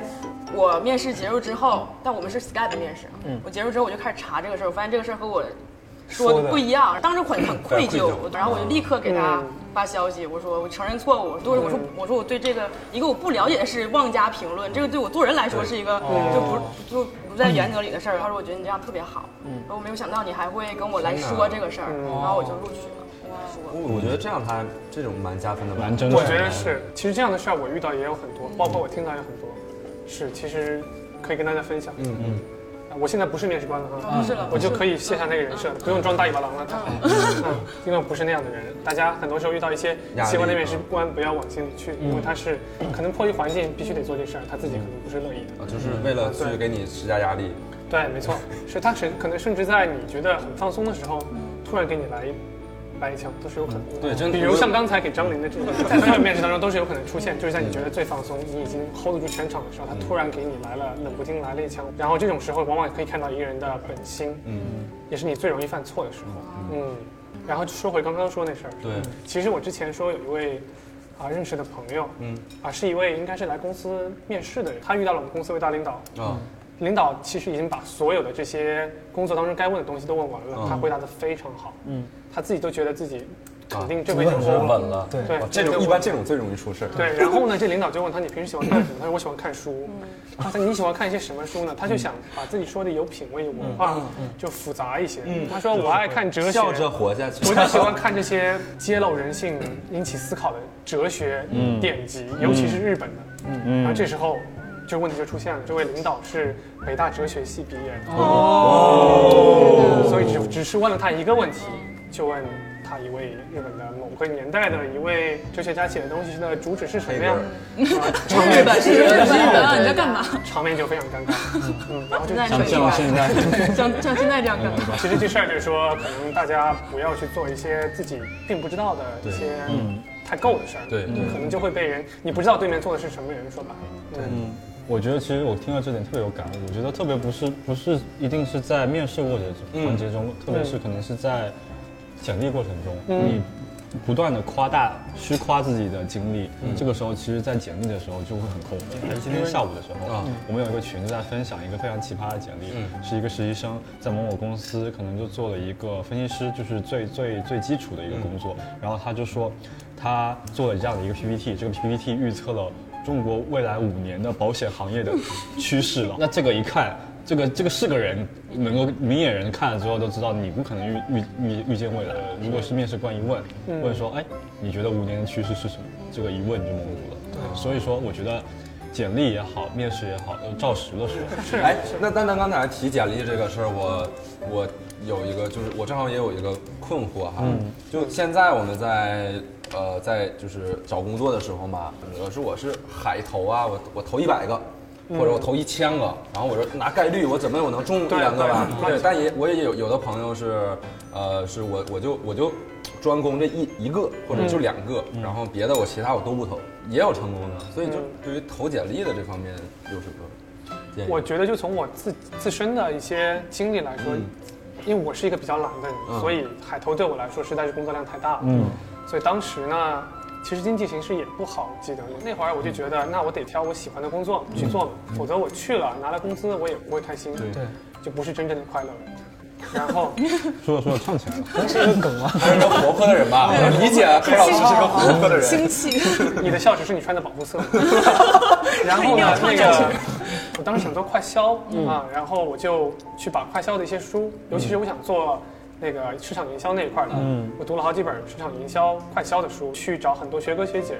我面试结束之后，但我们是 Skype 面试。我结束之后我就开始查这个事儿，我发现这个事儿和我 *laughs* 说的不一样，当时很很愧
愧
疚
疚，
然后我就立刻给他发消息，我说我承认错误，我说我说我说我对这个一个我不了解的事妄加评论，这个对我做人来说是一个就不就不在原则里的事儿。他说我觉得你这样特别好，然后我没有想到你还会跟我来说这个事儿，然后我就录取了。
哦
说
我我觉得这样他这种蛮加分的吧，
蛮真的，
我觉得是，其实这样的事儿我遇到也有很多，包括我听到也很多，是其实可以跟大家分享。嗯嗯。我现在不是面试官了哈，
哦不是了，
我就可以卸下那个人设，不用装大尾巴狼了。嗯，因为我不是那样的人。大家很多时候遇到一些
压力
奇怪的面试官，不要往心里去，因为他是可能迫于环境必须得做这事儿，他自己可能不是乐意
啊，
的。
就是为了去给你施加压力。
对，没错，是他甚可能甚至在你觉得很放松的时候，突然给你来来一枪，都是有可能嗯的。
对真的
比如像刚才给张琳的 *laughs* 这种，在所有面试当中都是有可能出现，就是在你觉得最放松，你已经 hold 住全场的时候，他突然给你来了，冷不丁来了一枪，然后这种时候往往可以看到一个人的本心，嗯，也是你最容易犯错的时候，嗯。然后说回刚刚说那事儿，
对，
其实我之前说有一位啊认识的朋友，嗯，啊是一位应该是来公司面试的人，他遇到了我们公司一位大领导，
啊，
领导其实已经把所有的这些工作当中该问的东西都问完
嗯
了，他回答的非常好，嗯，他自己都觉得自己肯定这回能
稳
够。
了。
对
嗯对
哇这种一般这种最容易出事儿。
对，然后呢，这领导就问他你平时喜欢看什么？他说我喜欢看书。他说你喜欢看一些什么书呢？他就想把自己说的有品位、有文化，就复杂一些。他说我爱看哲学，
嗯笑着活下去。
我就喜欢看这些揭露人性、引起思考的哲学典籍，尤其是日本的。嗯，然后这时候，这问题就出现了：这位领导是北大哲学系毕业的，哦，所以只只是问了他一个问题，就问他一位日本的某个年代的一位哲学家写的东西的主旨是什么样， *laughs*
日本是日本，你在干嘛？
场面就非常尴尬。嗯，然后就
现在这
像现在，
像像现在这样干嘛？
其实这事儿就是说，可能大家不要去做一些自己并不知道的一些太够的事儿，
嗯对对
可能就会被人你不知道对面坐的是什么人，说白了，嗯，
我觉得其实我听到这点特别有感悟，我觉得特别不是不是一定是在面试过程中环节中，特别是可能是在简历过程中，你不断的夸大虚夸自己的经历，这个时候其实，在简历的时候就会很扣分。今天下午的时候，我们有一个群就在分享一个非常奇葩的简历，是一个实习生在某某公司可能就做了一个分析师，就是最最最基础的一个工作，然后他就说他做了这样的一个 PPT，这个 PPT 预测了。中国未来五年的保险行业的趋势了。那这个一看，这个这个是个人能够明眼人看了之后都知道，你不可能预预预预见未来。如果是面试官一问，问说，哎，你觉得五年的趋势是什么？这个一问你就蒙住了。对，所以说我觉得。简历也好，面试也好，都照实的说，
啊
哎，那丹丹刚才提简历这个事儿，我我有一个，就是我正好也有一个困惑哈，就现在我们在呃在就是找工作的时候嘛，我说我是海投啊，我我投一百个。或者我投一千个，然后我说拿概率，我怎么我能中一
对
两个吧？
对
对，但也我也有有的朋友是，呃，是我我就我就专攻这一一个或者就两个，然后别的我其他我都不投，也有成功的，所以就对于投简历的这方面有什么建议？
我觉得就从我自自身的一些经历来说，因为我是一个比较懒的人，
嗯
所以海投对我来说实在是工作量太大了，所以当时呢，其实经济形势也不好，我记得那会儿我就觉得，那我得挑我喜欢的工作去做吧，
嗯
否则我去了拿了工资我也不会开心，对，就不是真正的快乐了。然后。
说着说着唱起来了。
能是一个梗吗？
他是个活泼的人
*laughs*
吧？我理解黑老师是个活泼的人。
兵器。
你的笑只是你穿的保护色。然后呢，那个，我当时想做快销啊，然后我就去把快销的一些书，尤其是我想做。那个市场营销那一块的，我读了好几本市场营销、快销的书，去找很多学哥学姐，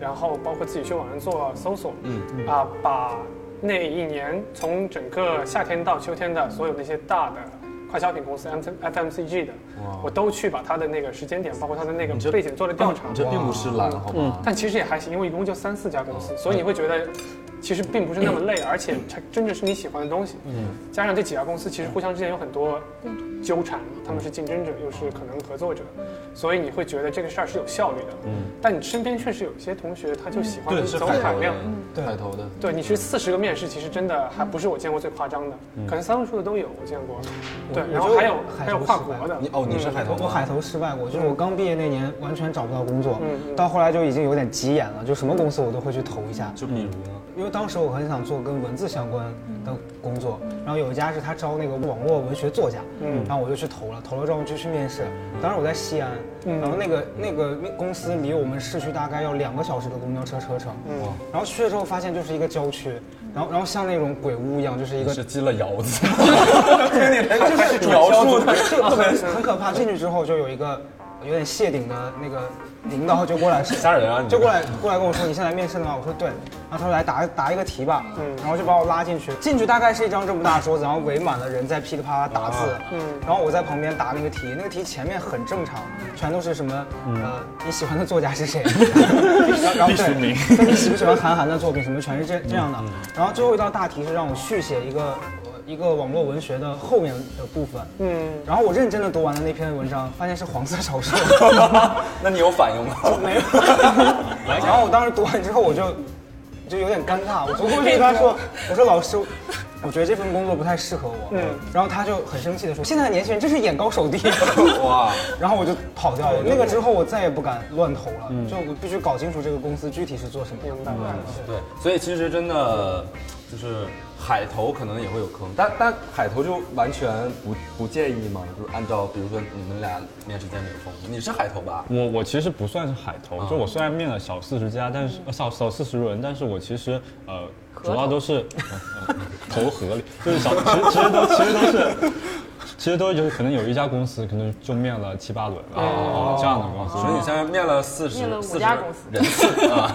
然后包括自己去网上做搜索，啊，把那一年从整个夏天到秋天的所有那些大的快消品公司 F M C G 的，我都去把它的那个时间点，包括它的那个背景做了调查，
这并不是懒，好吗？
但其实也还行，因为一共就三四家公司，所以你会觉得其实并不是那么累，而且它真正是你喜欢的东西。嗯，加上这几家公司其实互相之间有很多纠缠，他们是竞争者，又是可能合作者，所以你会觉得这个事儿是有效率的。嗯，但你身边确实有一些同学，他就喜
嗯
欢走海量。
对，海投的。
对，你是四十个面试，其实真的还不是我见过最夸张的，
嗯
可能三位数的都有，我见过。对，然后还有还有跨国的，
你哦，你是海投
我
吗？
我海投失败过，就是我刚毕业那年完全找不到工作，到后来就已经有点急眼了，就什么公司我都会去投一下，
就比如呢？
因为当时我很想做跟文字相关的工作，然后有一家是他招那个网络文学作家，然后我就去投了，投了之后就去面试，当时我在西安，然后那个那个公司离我们市区大概要两个小时的公交车车程，然后去了之后发现就是一个郊区，然后然后像那种鬼屋一样，就是一个
是进了窑子。听你这个描述的，
*laughs*
特别很可怕。进去之后就有一个有点谢顶的那个领导就过来说，
吓人啊你
就过来过来跟我说你是来面试的吗？我说对，然后他说来答答一个题吧，嗯，然后就把我拉进去，进去大概是一张这么大的桌子，然后围满了人在噼里啪啦打字，嗯，然后我在旁边答那个题，那个题前面很正常，全都是什么呃你喜欢的作家是谁，然后
必须名
对，那你喜不喜欢韩寒的作品？什么全是这这样的。然后最后一道大题是让我续写一个呃一个网络文学的后面的部分。嗯，然后我认真的读完了那篇文章，发现是黄色小说，
*laughs* 那你有反应吗？
没有。 *laughs* 然后我当时读完之后，我就就有点尴尬，我就过去跟他说，我说老师。我觉得这份工作不太适合我，嗯，然后他就很生气的说：“现在的年轻人真是眼高手 *laughs* 低。”
*laughs* 哇，
然后我就跑掉了。嗯那个之后，我再也不敢乱投了，就我必须搞清楚这个公司具体是做什么嗯的。
对，所以其实真的就是海投可能也会有坑，但但海投就完全不不建议嘛，就是按照比如说你们俩面试间没有风，你是海投吧？
嗯
我我其实不算是海投，就我虽然面了小四十家，但是呃小小四十轮，但是我其实呃主要都是呃呃投河里，就是小其实其实都其实都是。其实都就是可能有一家公司可能就面了七八轮吧，这样的公司。
所以你现在面了四十，
面了五
40
家公司
人次啊，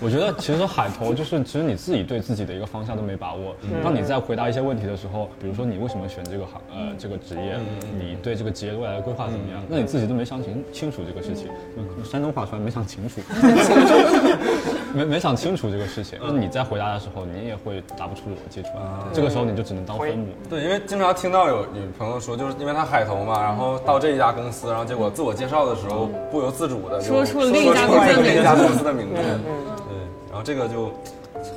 我觉得其实海投就是，其实你自己对自己的一个方向都没把握。当你在回答一些问题的时候，比如说你为什么选这个行呃这个职业，你对这个职业未来的规划怎么样，那你自己都没想清清楚这个事情。嗯山东话说没想清楚，没没想清楚这个事情。那你在回答的时候，你也会答不出逻辑出来，这个时候你就只能当分母。
对，因为经常听到有有朋友说，就是因为他海投嘛，然后到这一家公司，然后结果自我介绍的时候不由自主的
说出了另一家公司的名字嗯
另一家公司的名字，对，然后这个就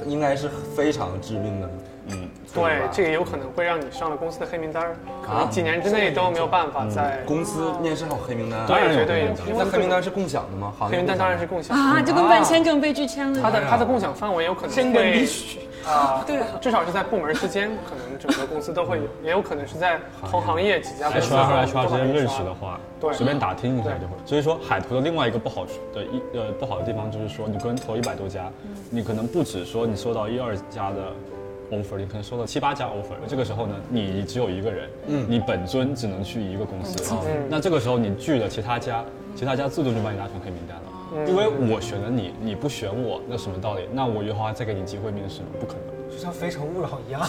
应该是非常致命的，嗯，
对，这
个
个有可能会让你上了公司的黑名单儿，可
啊嗯
能几年之内都没有办法在。
公司面试还有黑名单啊，
对对
有
对
黑名，
因为
那黑名单是共享的吗？行业
黑名单当然是共享
啊，就跟办签证被拒签了一
它
样。
的它的共享范围有可能
深根
会
必须
啊，
*laughs* 对啊
至少是在部门之间，可能整个公司都会有，也有可能是在同行业几家公司
HR 和 HR 之
都会
间
有
认识的话，
对
随便打听一下就会。所以说，海投的另外一个不好的一呃不好的地方就是说，你可能投一百多家，你可能不止说你收到一二家的 offer，你可能收到七八家 offer。这个时候呢，你只有一个人，
嗯
你本尊只能去一个公司，那这个时候你拒了其他家，其他家自动就把你拉成黑名单了。因为我选了你，你不选我，那什么道理？那我以后还再给你机会面试吗？不可能。
就像《非诚勿扰》一样。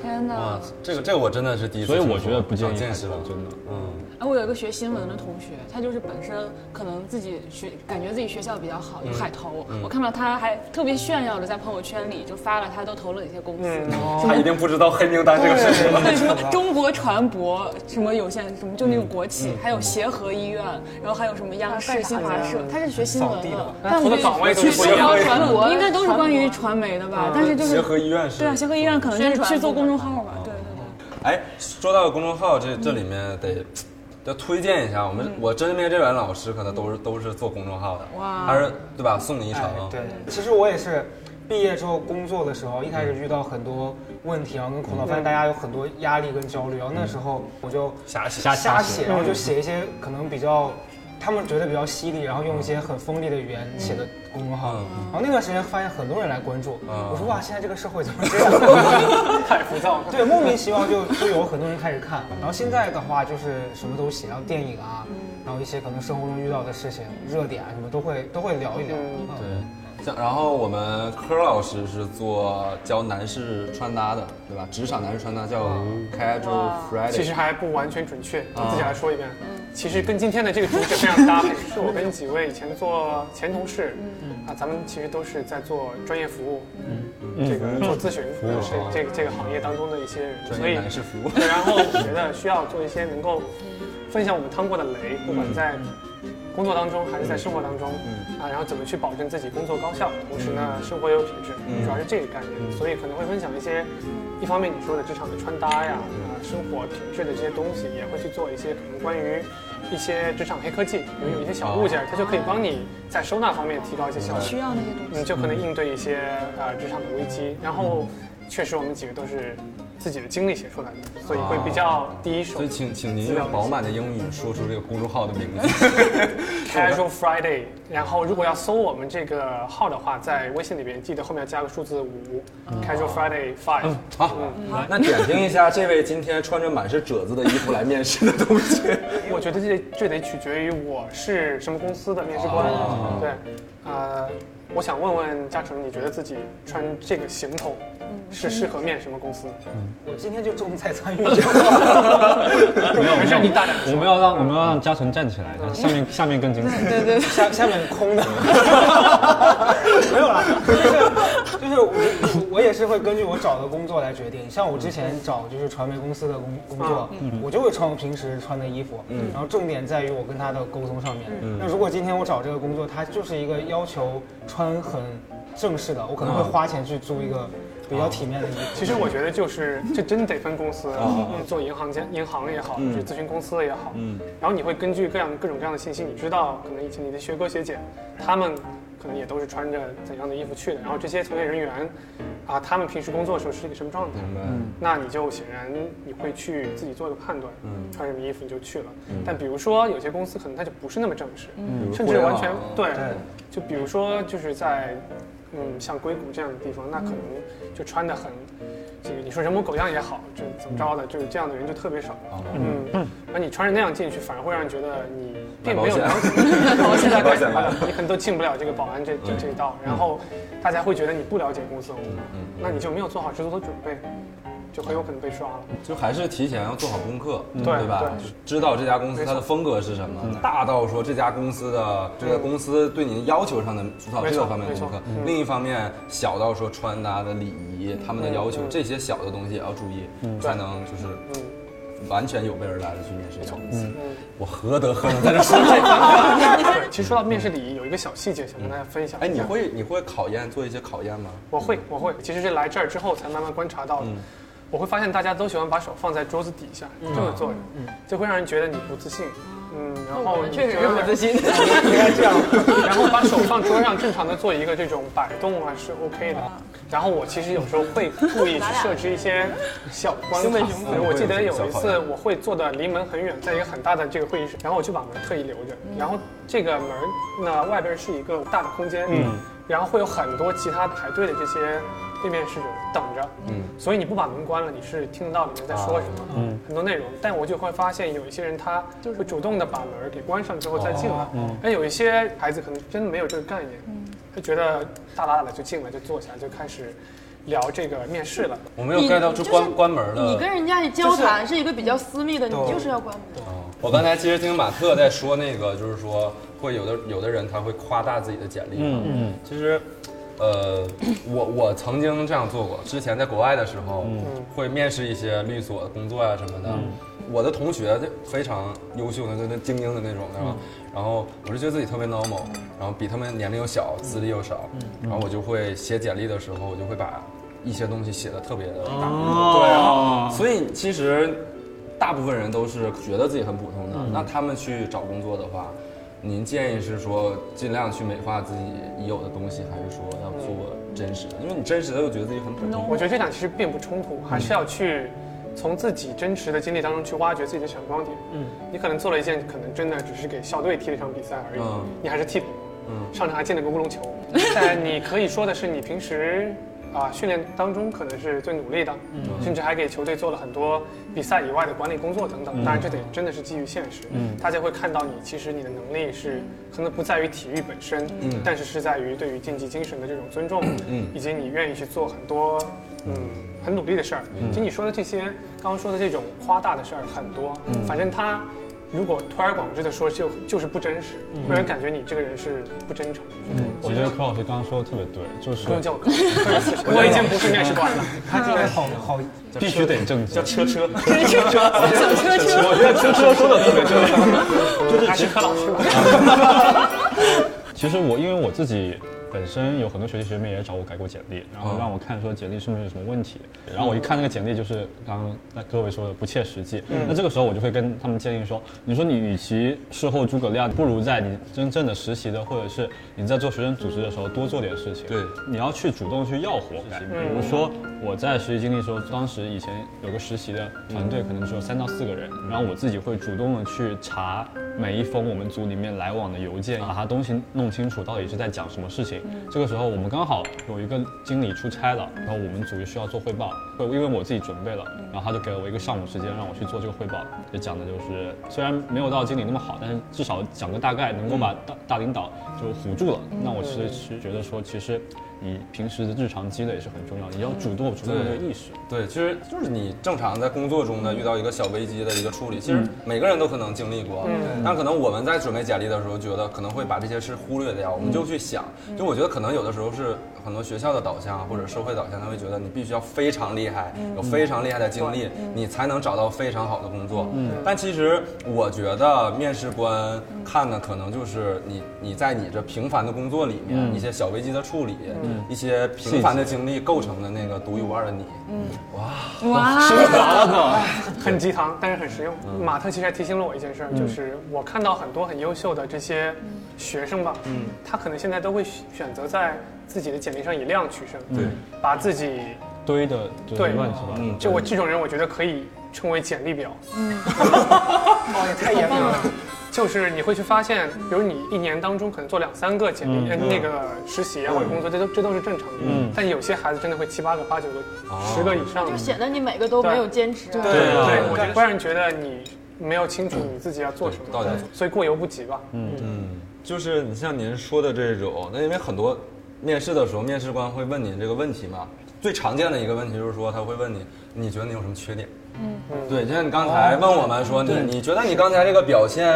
天哪！
啊，这个这个我真的是第一次
所以
听说，
我觉得不建议
长
海
见识了
投，，真的。
嗯。
哎，我有一个学新闻的同学，他就是本身可能自己学，感觉自己学校比较好，
嗯
有海投。我看到他还特别炫耀的在朋友圈里就发了他都投了哪些公司，
嗯
*laughs*
嗯
他一定不知道黑名单这个事情了。
对什么中国船舶什么有限什么就那
嗯
个国企，还有协和医院，然后还有什么央
啊
视、新华社，他是学新闻的，但我觉
投的岗位
得
都是
去
不一
社
样
交
的
传播
嗯
应该都是关于传媒的吧，但是就是
协和医院是
对啊，协和医院可能就
宣
是
传
去做
部
公
门
众号
嗯
吧，对对对。
哎，说到公众号，这这里面得要推荐一下我们，
嗯
我真面这位老师可能都是都是做公众号的，
哇
他是对吧？送你一程
哎，， *laughs* 对，嗯其实我也是毕业之后工作的时候，一开始遇到很多问题，然后啊跟苦恼，发现大家有很多压力跟焦虑，然后那时候我就
瞎写
瞎
瞎写，然后就写一些可能比较。他们觉得比较犀利，然后用一些很锋利的语言写的公众号，然后那段时间发现很多人来关注，我说哇，现在这个社会怎么这样？
太浮躁了。
对，莫名其妙就就有很多人开始看。然后现在的话，就是什么都写，然后电影啊，然后一些可能生活中遇到的事情、热点啊什么都会都会聊一聊。嗯
对，像然后我们科老师是做教男士穿搭的，对吧？职场男士穿搭叫 Casual Friday，
哦其实还不完全准
啊
确，我自己来说一遍。其实跟今天的这个主旨非常搭配，是我跟几位以前做前同事，啊，咱们其实都是在做专业服务，这
嗯
个做咨询，
务
是这个这个行业当中的一些人，
专
所以
业男士服务。
对，然后我觉得需要做一些能够分享我们趟过的雷，不管在工作当中还是在生活当中，啊，然后怎么去保证自己工作高效，同时呢，生活也有品质，主要是这个概念。所以可能会分享一些，一方面你说的职场的穿搭呀，啊，生活品质的这些东西，也会去做一些可能关于。一些职场黑科技，比如有一些小物件，它就可以帮你在收纳方面提高一些效率。
需要那些东西。
你就可能应对一些呃职场的危机。然后，确实我们几个都是自己的经历写出来的，所以会比较第
哦
一手。
所以请请您用饱满的英语说出这个公众号的名字。
*laughs*
Casual Friday，然后如果要搜我们这个号的话，在微信里边记得后面要加个数字五、c
嗯
a s u a l Friday Five。
好，
嗯
嗯
那点评一下这位今天穿着满是褶子的衣服来面试的同学。
嗯
我觉得这这得取决于我是什么公司的面试官。
哦
对，呃，我想问问嘉诚，你觉得自己穿这个行头是适合面什么公司？
我今天就重在参与这个。
没有，没
事
有
你大胆
我们要让我们要让嘉诚站起来，下面下面更精彩。
对对对，
下下面空的，没有啦，就是就是我我也是会根据我找的工作来决定。像我之前找就是传媒公司的工工作，
嗯
我就会穿我平时穿的衣服，然后重点在于我跟他的沟通上面。那如果今天我找这个工作，他就是一个要求穿很正式的，我可能会花钱去租一个比较体面的衣服。
其实我觉得就是这真得分公司，嗯做银行家、银行也好，就是咨询公司也好，
嗯
然后你会根据各样各种各样的信息，你知道可能以前你的学哥学姐，他们可能也都是穿着怎样的衣服去的，然后这些从业人员，啊，他们平时工作的时候是一个什么状态？
嗯
那你就显然你会去自己做一个判断，
嗯
穿什么衣服你就去了。但比如说有些公司可能它就不是那么正式，甚至完全
啊
对，就比如说就是在，嗯，像硅谷这样的地方，那可能就穿的很，这个你说人模狗样也好，就怎么着的，就是这样的人就特别少。
哦
嗯，那你穿成那样进去，反而会让人觉得你并没有
买
能
保 *laughs* 险
力现在
买保险买保
你可能都进不了这个保安这这这一道，
嗯
然后大家会觉得你不了解公司文化，那你就没有做好十足的准备，就很有可能被刷了。
就还是提前要做好功课，
对
嗯对嗯吧？
对
就知道这家公司它的风格是什么，大到说这家公司的这个公司对你的要求上的做好
没
这
错
个方面的功
没
课
错嗯，
另一方面小到说穿搭的礼仪、他们的要求，这些小的东西也要注意，才能就是
嗯。
完全有备而来的去面试一家公司。
嗯
我何德何能在这说这 *laughs* 个？
对，其实说到面试礼仪，有一个小细节想跟大家分享。
哎，你？会你会考验做一些考验吗？
我会，我会。其实是来这儿之后才慢慢观察到
嗯
的。我会发现大家都喜欢把手放在桌子底下这么坐着，
嗯
就会让人觉得你不自信。嗯，然后
我
你
确实
觉
是
得
不自信。
应该这样， *laughs* 然后把手放桌上，正常的做一个这种摆动啊是 OK 的。然后我其实有时候会故意去设置一些小关卡，比如我记得有一次我会坐的离门很远，在一个很大的这个会议室，然后我就把门特意留着，然后这个门那外边是一个大的空间，嗯，然后会有很多其他排队的这些对面试者等着，嗯，所以你不把门关了，你是听得到里面在说什么，嗯，很多内容。但我就会发现有一些人他会主动的把门给关上之后再进来，但有一些孩子可能真的没有这个概念，他觉得大喇喇的就进来就坐下就开始聊这个面试了。
我没有 get 到
你
就
就是
关关门
你
了
跟。人家交谈是一个比较私密的，你就是要关门。
我刚才其实听马特在说那个，就是说会有的有的人他会夸大自己的简历嘛。嗯，其实，呃，我我曾经这样做过，之前在国外的时候，会面试一些律所的工作啊什么的。我的同学就非常优秀的，就那精英的那种，对吧？然后我是觉得自己特别 normal，然后比他们年龄又小，资历又少，然后我就会写简历的时候，我就会把一些东西写的特别的大，对啊，所以其实大部分人都是觉得自己很普通的，那他们去找工作的话，您建议是说尽量去美化自己已有的东西，还是说要做真实的？因为你真实的又觉得自己很普通，
我觉得这俩其实并不冲突，还是要去从自己真实的经历当中去挖掘自己的闪光点。嗯，你可能做了一件可能真的只是给校队踢了一场比赛而已，
嗯
你还是替补，上场还进了个乌龙球。但你可以说的是，你平时啊训练当中可能是最努力的，甚至还给球队做了很多比赛以外的管理工作等等。当然，这得真的是基于现实，大家会看到你其实你的能力是可能不在于体育本身，但是是在于对于竞技精神的这种尊重，以及你愿意去做很多嗯很努力的事儿。其实你说的这些，刚刚说的这种夸大的事儿很多，反正他。如果推而广之的说，就就是不真实，会让人感觉你这个人是不真诚。
我觉得柯老师刚刚说的特别对，就是
不用叫我哥，我已经不是面试官了。
他今天好好
必须得正经。
车车，
小车车，
我觉得车车说的特别对。
他是柯老师吧？
*laughs* 其实我因为我自己本身有很多学弟学妹也找我改过简历，然后让我看说简历是不是有什么问题。然后我一看那个简历，就是刚刚那各位说的不切实际。那这个时候我就会跟他们建议说，你说你与其事后诸葛亮，不如在你真正的实习的或者是你在做学生组织的时候多做点事情。
对
你要去主动去要活干。比如说我在实习经历的时候，当时以前有个实习的团队，可能只有三到四个人，然后我自己会主动的去查每一封我们组里面来往的邮件，把它东西弄清楚到底是在讲什么事情。这个时候我们刚好有一个经理出差了，然后我们组就需要做汇报，会因为我自己准备了，然后他就给了我一个上午时间让我去做这个汇报，就讲的就是虽然没有到经理那么好，但是至少讲个大概，能够把大大领导就唬住了。
嗯
那我其实是觉得说，其实。你平时的日常积累是很重要，你要主动主动有这个意识。
对，其实就是你正常在工作中呢遇到一个小危机的一个处理，其实每个人都可能经历过，但可能我们在准备简历的时候，觉得可能会把这些事忽略掉，我们就去想，就我觉得可能有的时候是很多学校的导向或者社会导向，他会觉得你必须要非常厉害，有非常厉害的经历，你才能找到非常好的工作。但其实我觉得面试官看的可能就是你你在你这平凡的工作里面一些小危机的处理，一些平凡的经历构成的那个独一无二的你。
哇，
很鸡汤，但是很实用。马特其实还提醒了我一件事儿，就是我看到很多很优秀的这些学生吧，他可能现在都会选择在自己的简历上以量取胜，
对，
把自己
堆的就是
对嗯
乱七八糟。
就我这种人，我觉得可以称为简历表。嗯， *laughs* 哦，也太严格了。就是你会去发现，比如你一年当中可能做两三个简历，呃
嗯
那个实习啊或者工作，这都这都是正常的。嗯，但有些孩子真的会七八个、八九个、十个以上，
就显得你每个都没有坚持啊。
哦对啊
对，
我
我
觉
就
得
会让人觉得你没有清楚你自己要做什么，
对到底要做嗯
所以过犹不及吧。
就是你像您说的这种，那因为很多面试的时候，面试官会问你这个问题嘛。最常见的一个问题就是说，他会问你，你觉得你有什么缺点？嗯，对，就像你刚才问我们说，你你觉得你刚才这个表现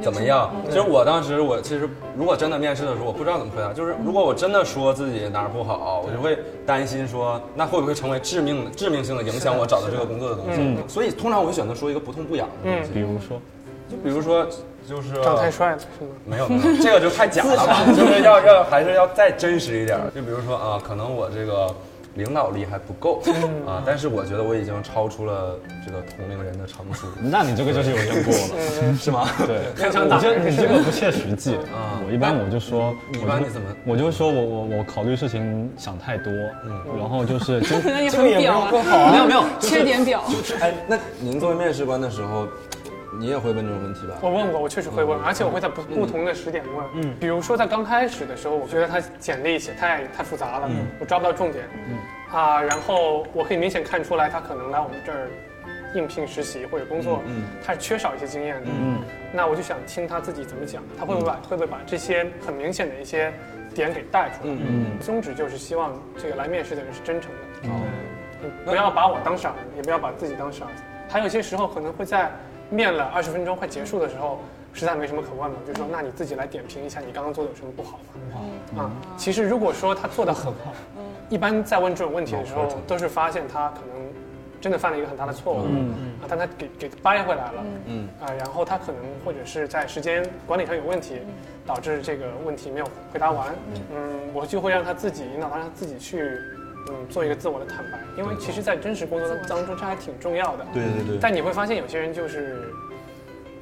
怎么样？其实我当时我其实如果真的面试的时候，我不知道怎么回答。就是如果我真的说自己哪儿不好，我就会担心说，那会不会成为致命的致命性的影响我找到这个工作的东西？所以通常我会选择说一个不痛不痒的东西，
比如说，
就比如说就是
长太帅了是吗？
没有，没有， *laughs* 这个就太假了吧，就是要要还是要再真实一点儿。就比如说啊，可能我这个领导力还不够
嗯
啊，但是我觉得我已经超出了这个同龄人的成
*laughs*
熟。
那你这个就是有点过了，是吗？对，我觉得你这个不切实际。我一般我就说，
你一
我
般
就
你怎么
我就说我我我考虑事情想太多，然后
*laughs*
就是经
那你很表啊，
没有没有，
缺点表，
哎，那您作为面试官的时候，你也会问这种问题吧？
哦
我问过，我确实会
嗯
问，而且我会在不不同的时点问。嗯，比如说在刚开始的时候，我觉得他简历写太太复杂了，我抓不到重点。嗯，啊，然后我可以明显看出来，他可能来我们这儿应聘实习或者工作，他是缺少一些经验的。嗯，那我就想听他自己怎么讲，他会不会把、会不会把这些很明显的一些点给带出来？嗯，宗旨就是希望这个来面试的人是真诚的。嗯你不要把我当傻子，也不要把自己当傻子。还有些时候可能会在面了二十分钟快结束的时候，实在没什么可问了，就说那你自己来点评一下你刚刚做的有什么嗯不好吧。啊，其实如果说他做的很好，一般在问这种问题的时候，都是发现他可能真的犯了一个很大的错误，啊，但他给给掰回来了，嗯，啊，然后他可能或者是在时间管理上有问题，导致这个问题没有回答完，嗯，我就会让他自己引导他让他自己去。嗯，做一个自我的坦白，因为其实，在真实工作当中，这还挺重要的。对对
啊
对。但你会发现，有些人就是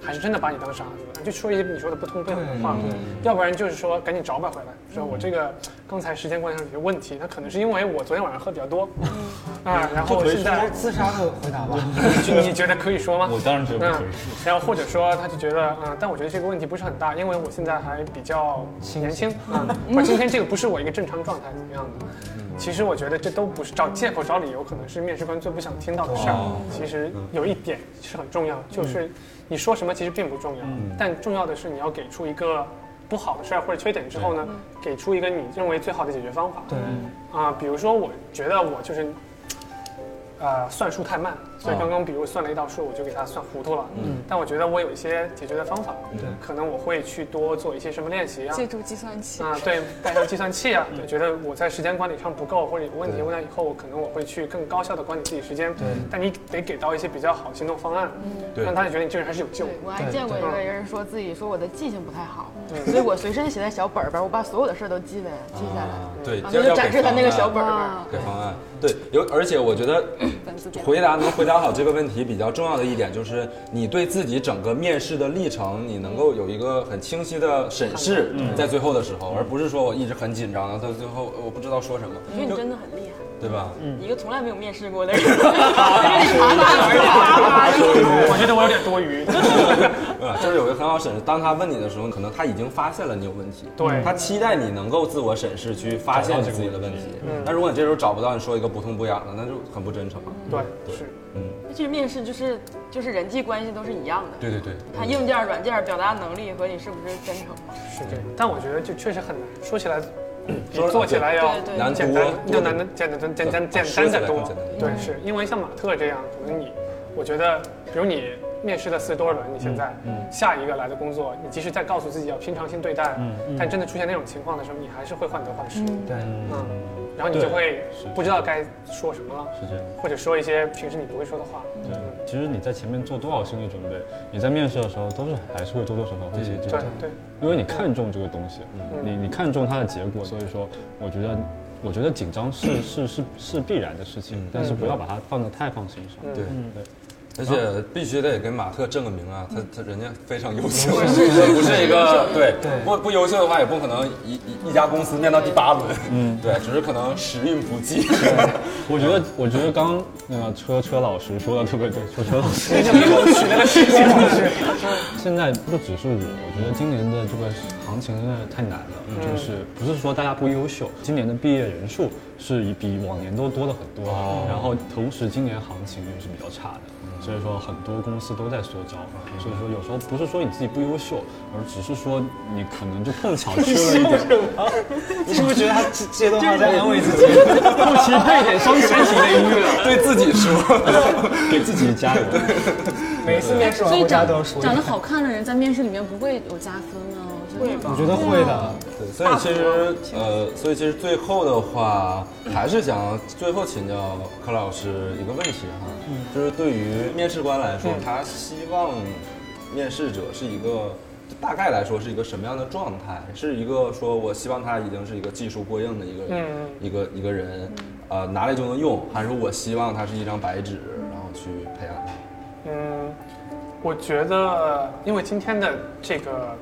还是真的把你当傻子了，就说一些你说的不痛不痒的话，要不然就是说赶紧找补回来，说我这个刚才时间观上有些问题，那可能是因为我昨天晚上喝比较多，啊，然后现在
自杀的回答吧。
你你觉得可以说吗？
我当然觉得不合
嗯
适。
然后或者说他就觉得，嗯，但我觉得这个问题不是很大，因为我现在还比较年轻，嗯，或者今天这个不是我一个正常状态怎么样的。
嗯
其实我觉得这都不是找借口找理由，可能是面试官最不想听到的事儿。
哦
其实有一点是很重要，
嗯
就是你说什么其实并不重要，但重要的是你要给出一个不好的事儿或者缺点之后呢，给出一个你认为最好的解决方法。对，啊，比如说我觉得我就是呃算数太慢，所以刚刚比如算了一道数，我就给它算糊涂了。啊嗯，但我觉得我有一些解决的方法，对，可能我会去多做一些什么练习啊，
借助计算器。
啊，对，带上计算器啊，对，觉得我在时间管理上不够，或者有问题，问了以后，我可能我会去更高效的管理自己时间。对，但你得给到一些比较好的行动方案，
对
让他也觉得你这个人还是有救
对
的。，
我还见过一个人说自己说我的记性不太好，所以我随身携带小本儿本儿，我把所有的事儿都记在记下来，
啊对，
然
要
后就展示他那个小
儿，
本儿本儿。
给方案。对，有，而且我觉得
本子点
回答能回答好这个问题比较重要的一点就是，你对自己整个面试的历程，你能够有一个很清晰的审视，在最后的时候，而不是说我一直很紧张，然后到最后我不知道说什么，
我觉得你真的很厉害，
对吧？
一个从来没有面试过的人，在这里爬爬爬爬爬爬。
我觉得我有点多余。
啊， *laughs* 就是有一个很好审视。当他问你的时候，可能他已经发现了你有问题，
对
他期待你能够自我审视，去发现你自己的问题。但如果你这时候找不到，你说一个不痛不痒的，那就很不真诚了。
对，是。
其实面试就是就是人际关系都是一样的，
对对对，
看硬件、软件、表达能力和你是不是真诚。
是这样，但我觉得就确实很难，说起来比
说
做起来要
对对
难
简
多
单，要
多
难的简单简单
对
简
啊
单
说起来
的多
更简单。
对，是因为像马特这样，可能你，我觉得，比如你面试了四十多轮，你现在下一个来的工作，你即使再告诉自己要平常心对待，但真的出现那种情况的时候，你还是会患得患失。
对，
嗯，然后你就会不知道该说什么了，
是这样。
或者说一些平时你不会说的话。
对，其实你在前面做多少心理准备，你在面试的时候都是还是会多多少少会写这
对
个，
对，
因为你看重这个东西，你你看重它的结果，所以说我觉得。我觉得紧张是是是是必然的事情，但是不要把它放得太放心上。
对
对，
而且必须得给马特证个名啊，他他人家非常优秀， *laughs* 不是一个对不不优秀的话，也不可能一一一家公司面到第八轮，嗯，对，只是可能时运不济，
我觉得我觉得刚刚那个车车老师说的特别对，车车老师。现在不只是我，我觉得今年的这个行情真的太难了，就是不是说大家不优秀，今年的毕业人数是比往年都多了很多，然后同时今年行情又是比较差的，所以说很多公司都在缩招，所以说有时候不是说你自己不优秀，而只是说你可能就碰巧缺了一点，
你是不是觉得他这这些都好在安慰自己？
不期配点伤心型的音
*laughs*
乐，
对自己说，
给自己加油。
每一次面试完
所以
回家
长
都要说一
长得
遍。
好看的人在面试里面不会有加分啊，我觉得。
我觉得会
嗯
的，
对，所以其实呃，所以其实最后的话，还是想最后请教柯老师一个问题哈，就是对于面试官来说，他希望面试者是一个。大概来说是一个什么样的状态？是一个说我希望他已经是一个技术过硬的一个人，一个一个人，呃，拿来就能用，还是我希望他是一张白纸，然后去培养他？
嗯，我觉得，呃因为今天的这个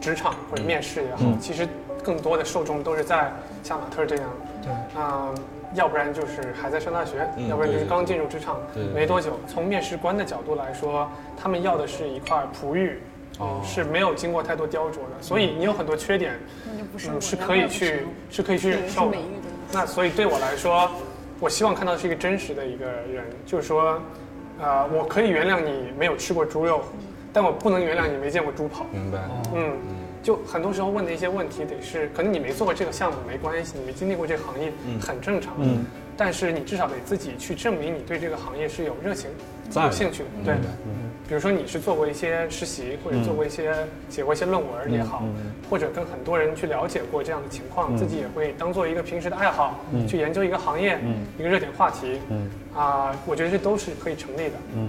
职场或者面试也好，
嗯
其实更多的受众都是在像马特这样，对，嗯、要不然就是还在上大学，
嗯
要不然就是
对
刚进入职场
对对对
没多久。从面试官的角度来说，他们要的是一块璞玉。
哦
是没有经过太多雕琢的，所以你有很多缺点，
那就不是
嗯
我
是
那
可以
不是
去
我
是可以去忍
对是
受的
美玉的。
那所以对我来说，我希望看到的是一个真实的一个人，就是说，呃，我可以原谅你没有吃过猪肉，
嗯
但我不能原谅你没见过猪跑。
明白？
嗯，就很多时候问的一些问题，得是可能你没做过这个项目没关系，你没经历过这个行业，很正常。嗯，但是你至少得自己去证明你对这个行业是有热情、有兴趣的。对，比如说你是做过一些实习，或者做过一些、写过一些论文也好，或者跟很多人去了解过这样的情况，自己也会当做一个平时的爱好、去研究一个行业、一个热点话题。嗯，啊、我觉得这都是可以成立的。嗯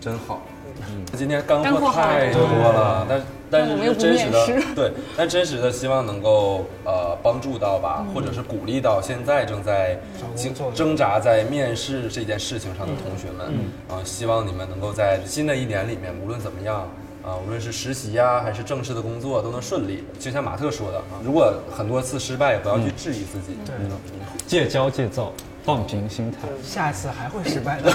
真好。嗯，今天干
干
货
货好
太多了，但但
我们
是
又
是
不
真实
面
的
试，
对，但真实的希望能够呃帮助到吧，
嗯
或者是鼓励到现在正在经
作的
挣扎在面试这件事情上的同学
嗯
们，啊，希望你们能够在新的一年里面，无论怎么样。啊，无论是实习呀、还是正式的工作，都能顺利。就像马特说的啊，如果很多次失败，也不要去质疑自
嗯
己。嗯对，
戒骄戒躁，放平心态。
下次还会失败的。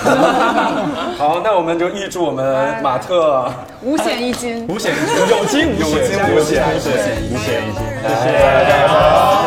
好，那我们就预祝我们马特
五险一金。
有惊无险，有惊无险，有惊无险，有惊无险。
谢谢大家。